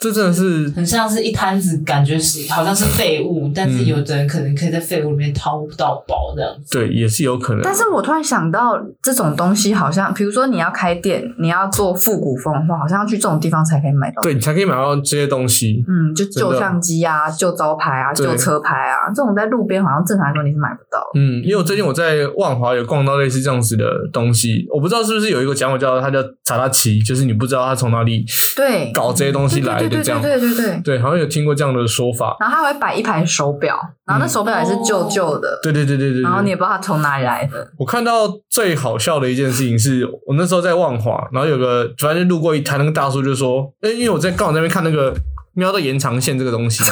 [SPEAKER 2] 这真的是
[SPEAKER 1] 很像是一摊子，感觉是好像是废物，但是
[SPEAKER 2] 嗯
[SPEAKER 1] 有的人可能可以在废物里面掏到宝这样 子。
[SPEAKER 2] 对，也是有可能。
[SPEAKER 3] 但是我突然想到，这种东西好像，比如说你要开店，你要做复古风的话，好像要去这种地方才可以买到。
[SPEAKER 2] 对你才可以买到这些东西，
[SPEAKER 3] 嗯，就
[SPEAKER 2] 真
[SPEAKER 3] 旧
[SPEAKER 2] 的
[SPEAKER 3] 相机啊、旧招牌啊、
[SPEAKER 2] 对
[SPEAKER 3] 旧车牌啊，这种在路边好像正常来说你是买不到 的。
[SPEAKER 2] 嗯，因为我最近我在万华有逛到类似这样子的东西，我不知道是不是有一个讲法叫它叫查拉奇，就是你不知道它从哪里
[SPEAKER 3] 对，
[SPEAKER 2] 搞这些东西
[SPEAKER 3] 对
[SPEAKER 2] 来
[SPEAKER 3] 对
[SPEAKER 2] 的
[SPEAKER 3] 对
[SPEAKER 2] 这样
[SPEAKER 3] 对，对对对。
[SPEAKER 2] 对，好像有听过这样的说法，
[SPEAKER 3] 然后他还会摆一排手表，然后那手表也是旧旧的，
[SPEAKER 2] 对对对对对。
[SPEAKER 3] 然后
[SPEAKER 2] 对
[SPEAKER 3] 你也不知道它从哪里来的。
[SPEAKER 2] 我看到最好笑的一件事情是，我那时候在万华，然后有个反正就路过一台，那个大叔就说：“哎、因为我在刚好在那边看那个瞄到延长线这个 东西，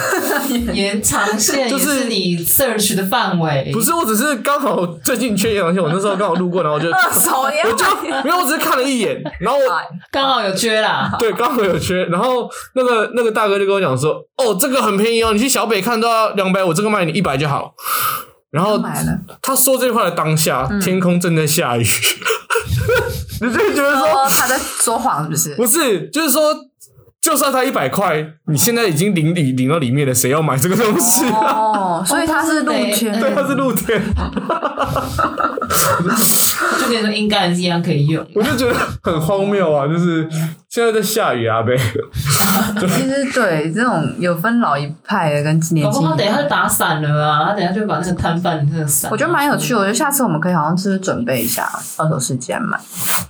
[SPEAKER 1] 延长线
[SPEAKER 2] 就
[SPEAKER 1] 也
[SPEAKER 2] 是
[SPEAKER 1] 是你 search 的范围，
[SPEAKER 2] 不是，我只是刚好最近缺延长线，我那时候刚好路过，然后我就
[SPEAKER 3] 二手 也
[SPEAKER 2] 我 就没有，我只是看了一眼，然后我
[SPEAKER 1] 刚好有缺啦。
[SPEAKER 2] 对刚好有缺，然后那个那个大哥就跟我讲说：哦，这个很便宜哦，你去小北看都要两百，我这个卖你一百就好。 然后
[SPEAKER 3] 买了，
[SPEAKER 2] 他说这话的当下，天空正在下雨，你就会觉得说。
[SPEAKER 3] 说他在说谎是不是？
[SPEAKER 2] 哦不是，就是说，就算他一百块，你现在已经领领领到里面了，谁要买这个东西啊？
[SPEAKER 3] 哦，所以他是路圈
[SPEAKER 1] 哦
[SPEAKER 2] 对，它是露天，
[SPEAKER 1] 就跟你说，应该是一样可以用。
[SPEAKER 2] 我就觉得很荒谬啊！就是现在在下雨啊，呗。
[SPEAKER 3] 其实对这种有分老一派的跟年
[SPEAKER 1] 搞不
[SPEAKER 3] 轻
[SPEAKER 1] 好等一
[SPEAKER 3] 一
[SPEAKER 1] 下
[SPEAKER 3] 派
[SPEAKER 1] 就，打散了啊！他等一下就把那个摊贩的那个散。
[SPEAKER 3] 我觉得蛮有趣的。我觉得下次我们可以好像是不是准备一下二手市集来买？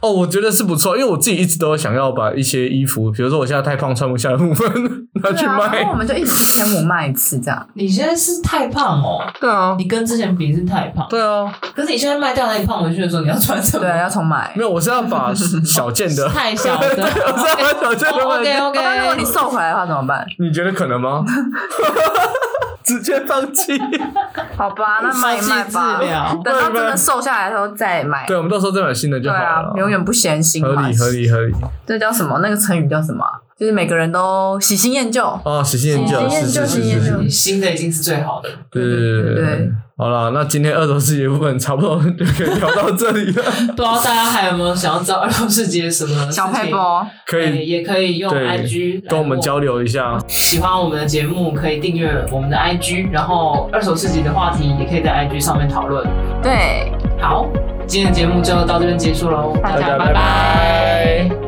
[SPEAKER 2] 哦，我觉得是不错，因为我自己一直都想要把一些衣服，比如说我现在太胖穿不下的部分拿去
[SPEAKER 3] 对啊，然后我
[SPEAKER 2] 卖。
[SPEAKER 3] 们就一人一千五卖一次这样。
[SPEAKER 1] 你现在是太胖哦，
[SPEAKER 2] 对啊，
[SPEAKER 1] 你跟之前比是太胖，
[SPEAKER 2] 对啊，
[SPEAKER 1] 可是你现在卖掉那你胖回去的时候，你要穿什么？
[SPEAKER 3] 对啊，要重买
[SPEAKER 2] 没。有，我是要把小件 的，
[SPEAKER 1] 太小
[SPEAKER 2] 对啊
[SPEAKER 1] 的。哦
[SPEAKER 2] 我是要把小件的卖
[SPEAKER 1] OK
[SPEAKER 2] 掉。
[SPEAKER 1] OK，
[SPEAKER 3] 那如果你瘦回来的话怎么办？
[SPEAKER 2] 你觉得可能吗？ 直接放弃。
[SPEAKER 3] 好吧，那卖一卖吧
[SPEAKER 1] 设计治疗。
[SPEAKER 3] 等到真的瘦下来的时候再买。
[SPEAKER 2] 对，我们到时候再买新的就
[SPEAKER 3] 对
[SPEAKER 2] 好
[SPEAKER 3] 啊
[SPEAKER 2] 了，。
[SPEAKER 3] 永远不嫌新
[SPEAKER 2] 合
[SPEAKER 3] 嘛。
[SPEAKER 2] 理合。理合理
[SPEAKER 3] 这叫什么？那个成语叫什么啊？就是每个人都喜新厌旧。
[SPEAKER 2] 哦，喜新厌旧，
[SPEAKER 3] 喜新
[SPEAKER 2] 是
[SPEAKER 3] 厌旧
[SPEAKER 2] 是是
[SPEAKER 3] 喜新厌
[SPEAKER 2] 是
[SPEAKER 3] 旧
[SPEAKER 2] 是，
[SPEAKER 1] 新的已经是最好的。
[SPEAKER 2] 对对对对对
[SPEAKER 3] 对。
[SPEAKER 2] 好了，那今天二手世界部分差不多就可以聊到这里 了，
[SPEAKER 1] 不知道大家还有没有想要知道二手世界什么
[SPEAKER 3] 小
[SPEAKER 1] 事情
[SPEAKER 3] 佩波，
[SPEAKER 2] 可
[SPEAKER 1] 对
[SPEAKER 2] 以
[SPEAKER 1] 也可以用
[SPEAKER 2] 对
[SPEAKER 1] IG 来
[SPEAKER 2] 跟我们
[SPEAKER 1] 问
[SPEAKER 2] 交流一下。
[SPEAKER 1] 喜欢我们的节目，可以订阅我们的 IG，然后二手市集的话题也可以在 IG 上面讨论。
[SPEAKER 3] 对。
[SPEAKER 1] 好，今天的节目就到这边结束喽，
[SPEAKER 3] 大
[SPEAKER 2] 家
[SPEAKER 1] 拜
[SPEAKER 2] 拜拜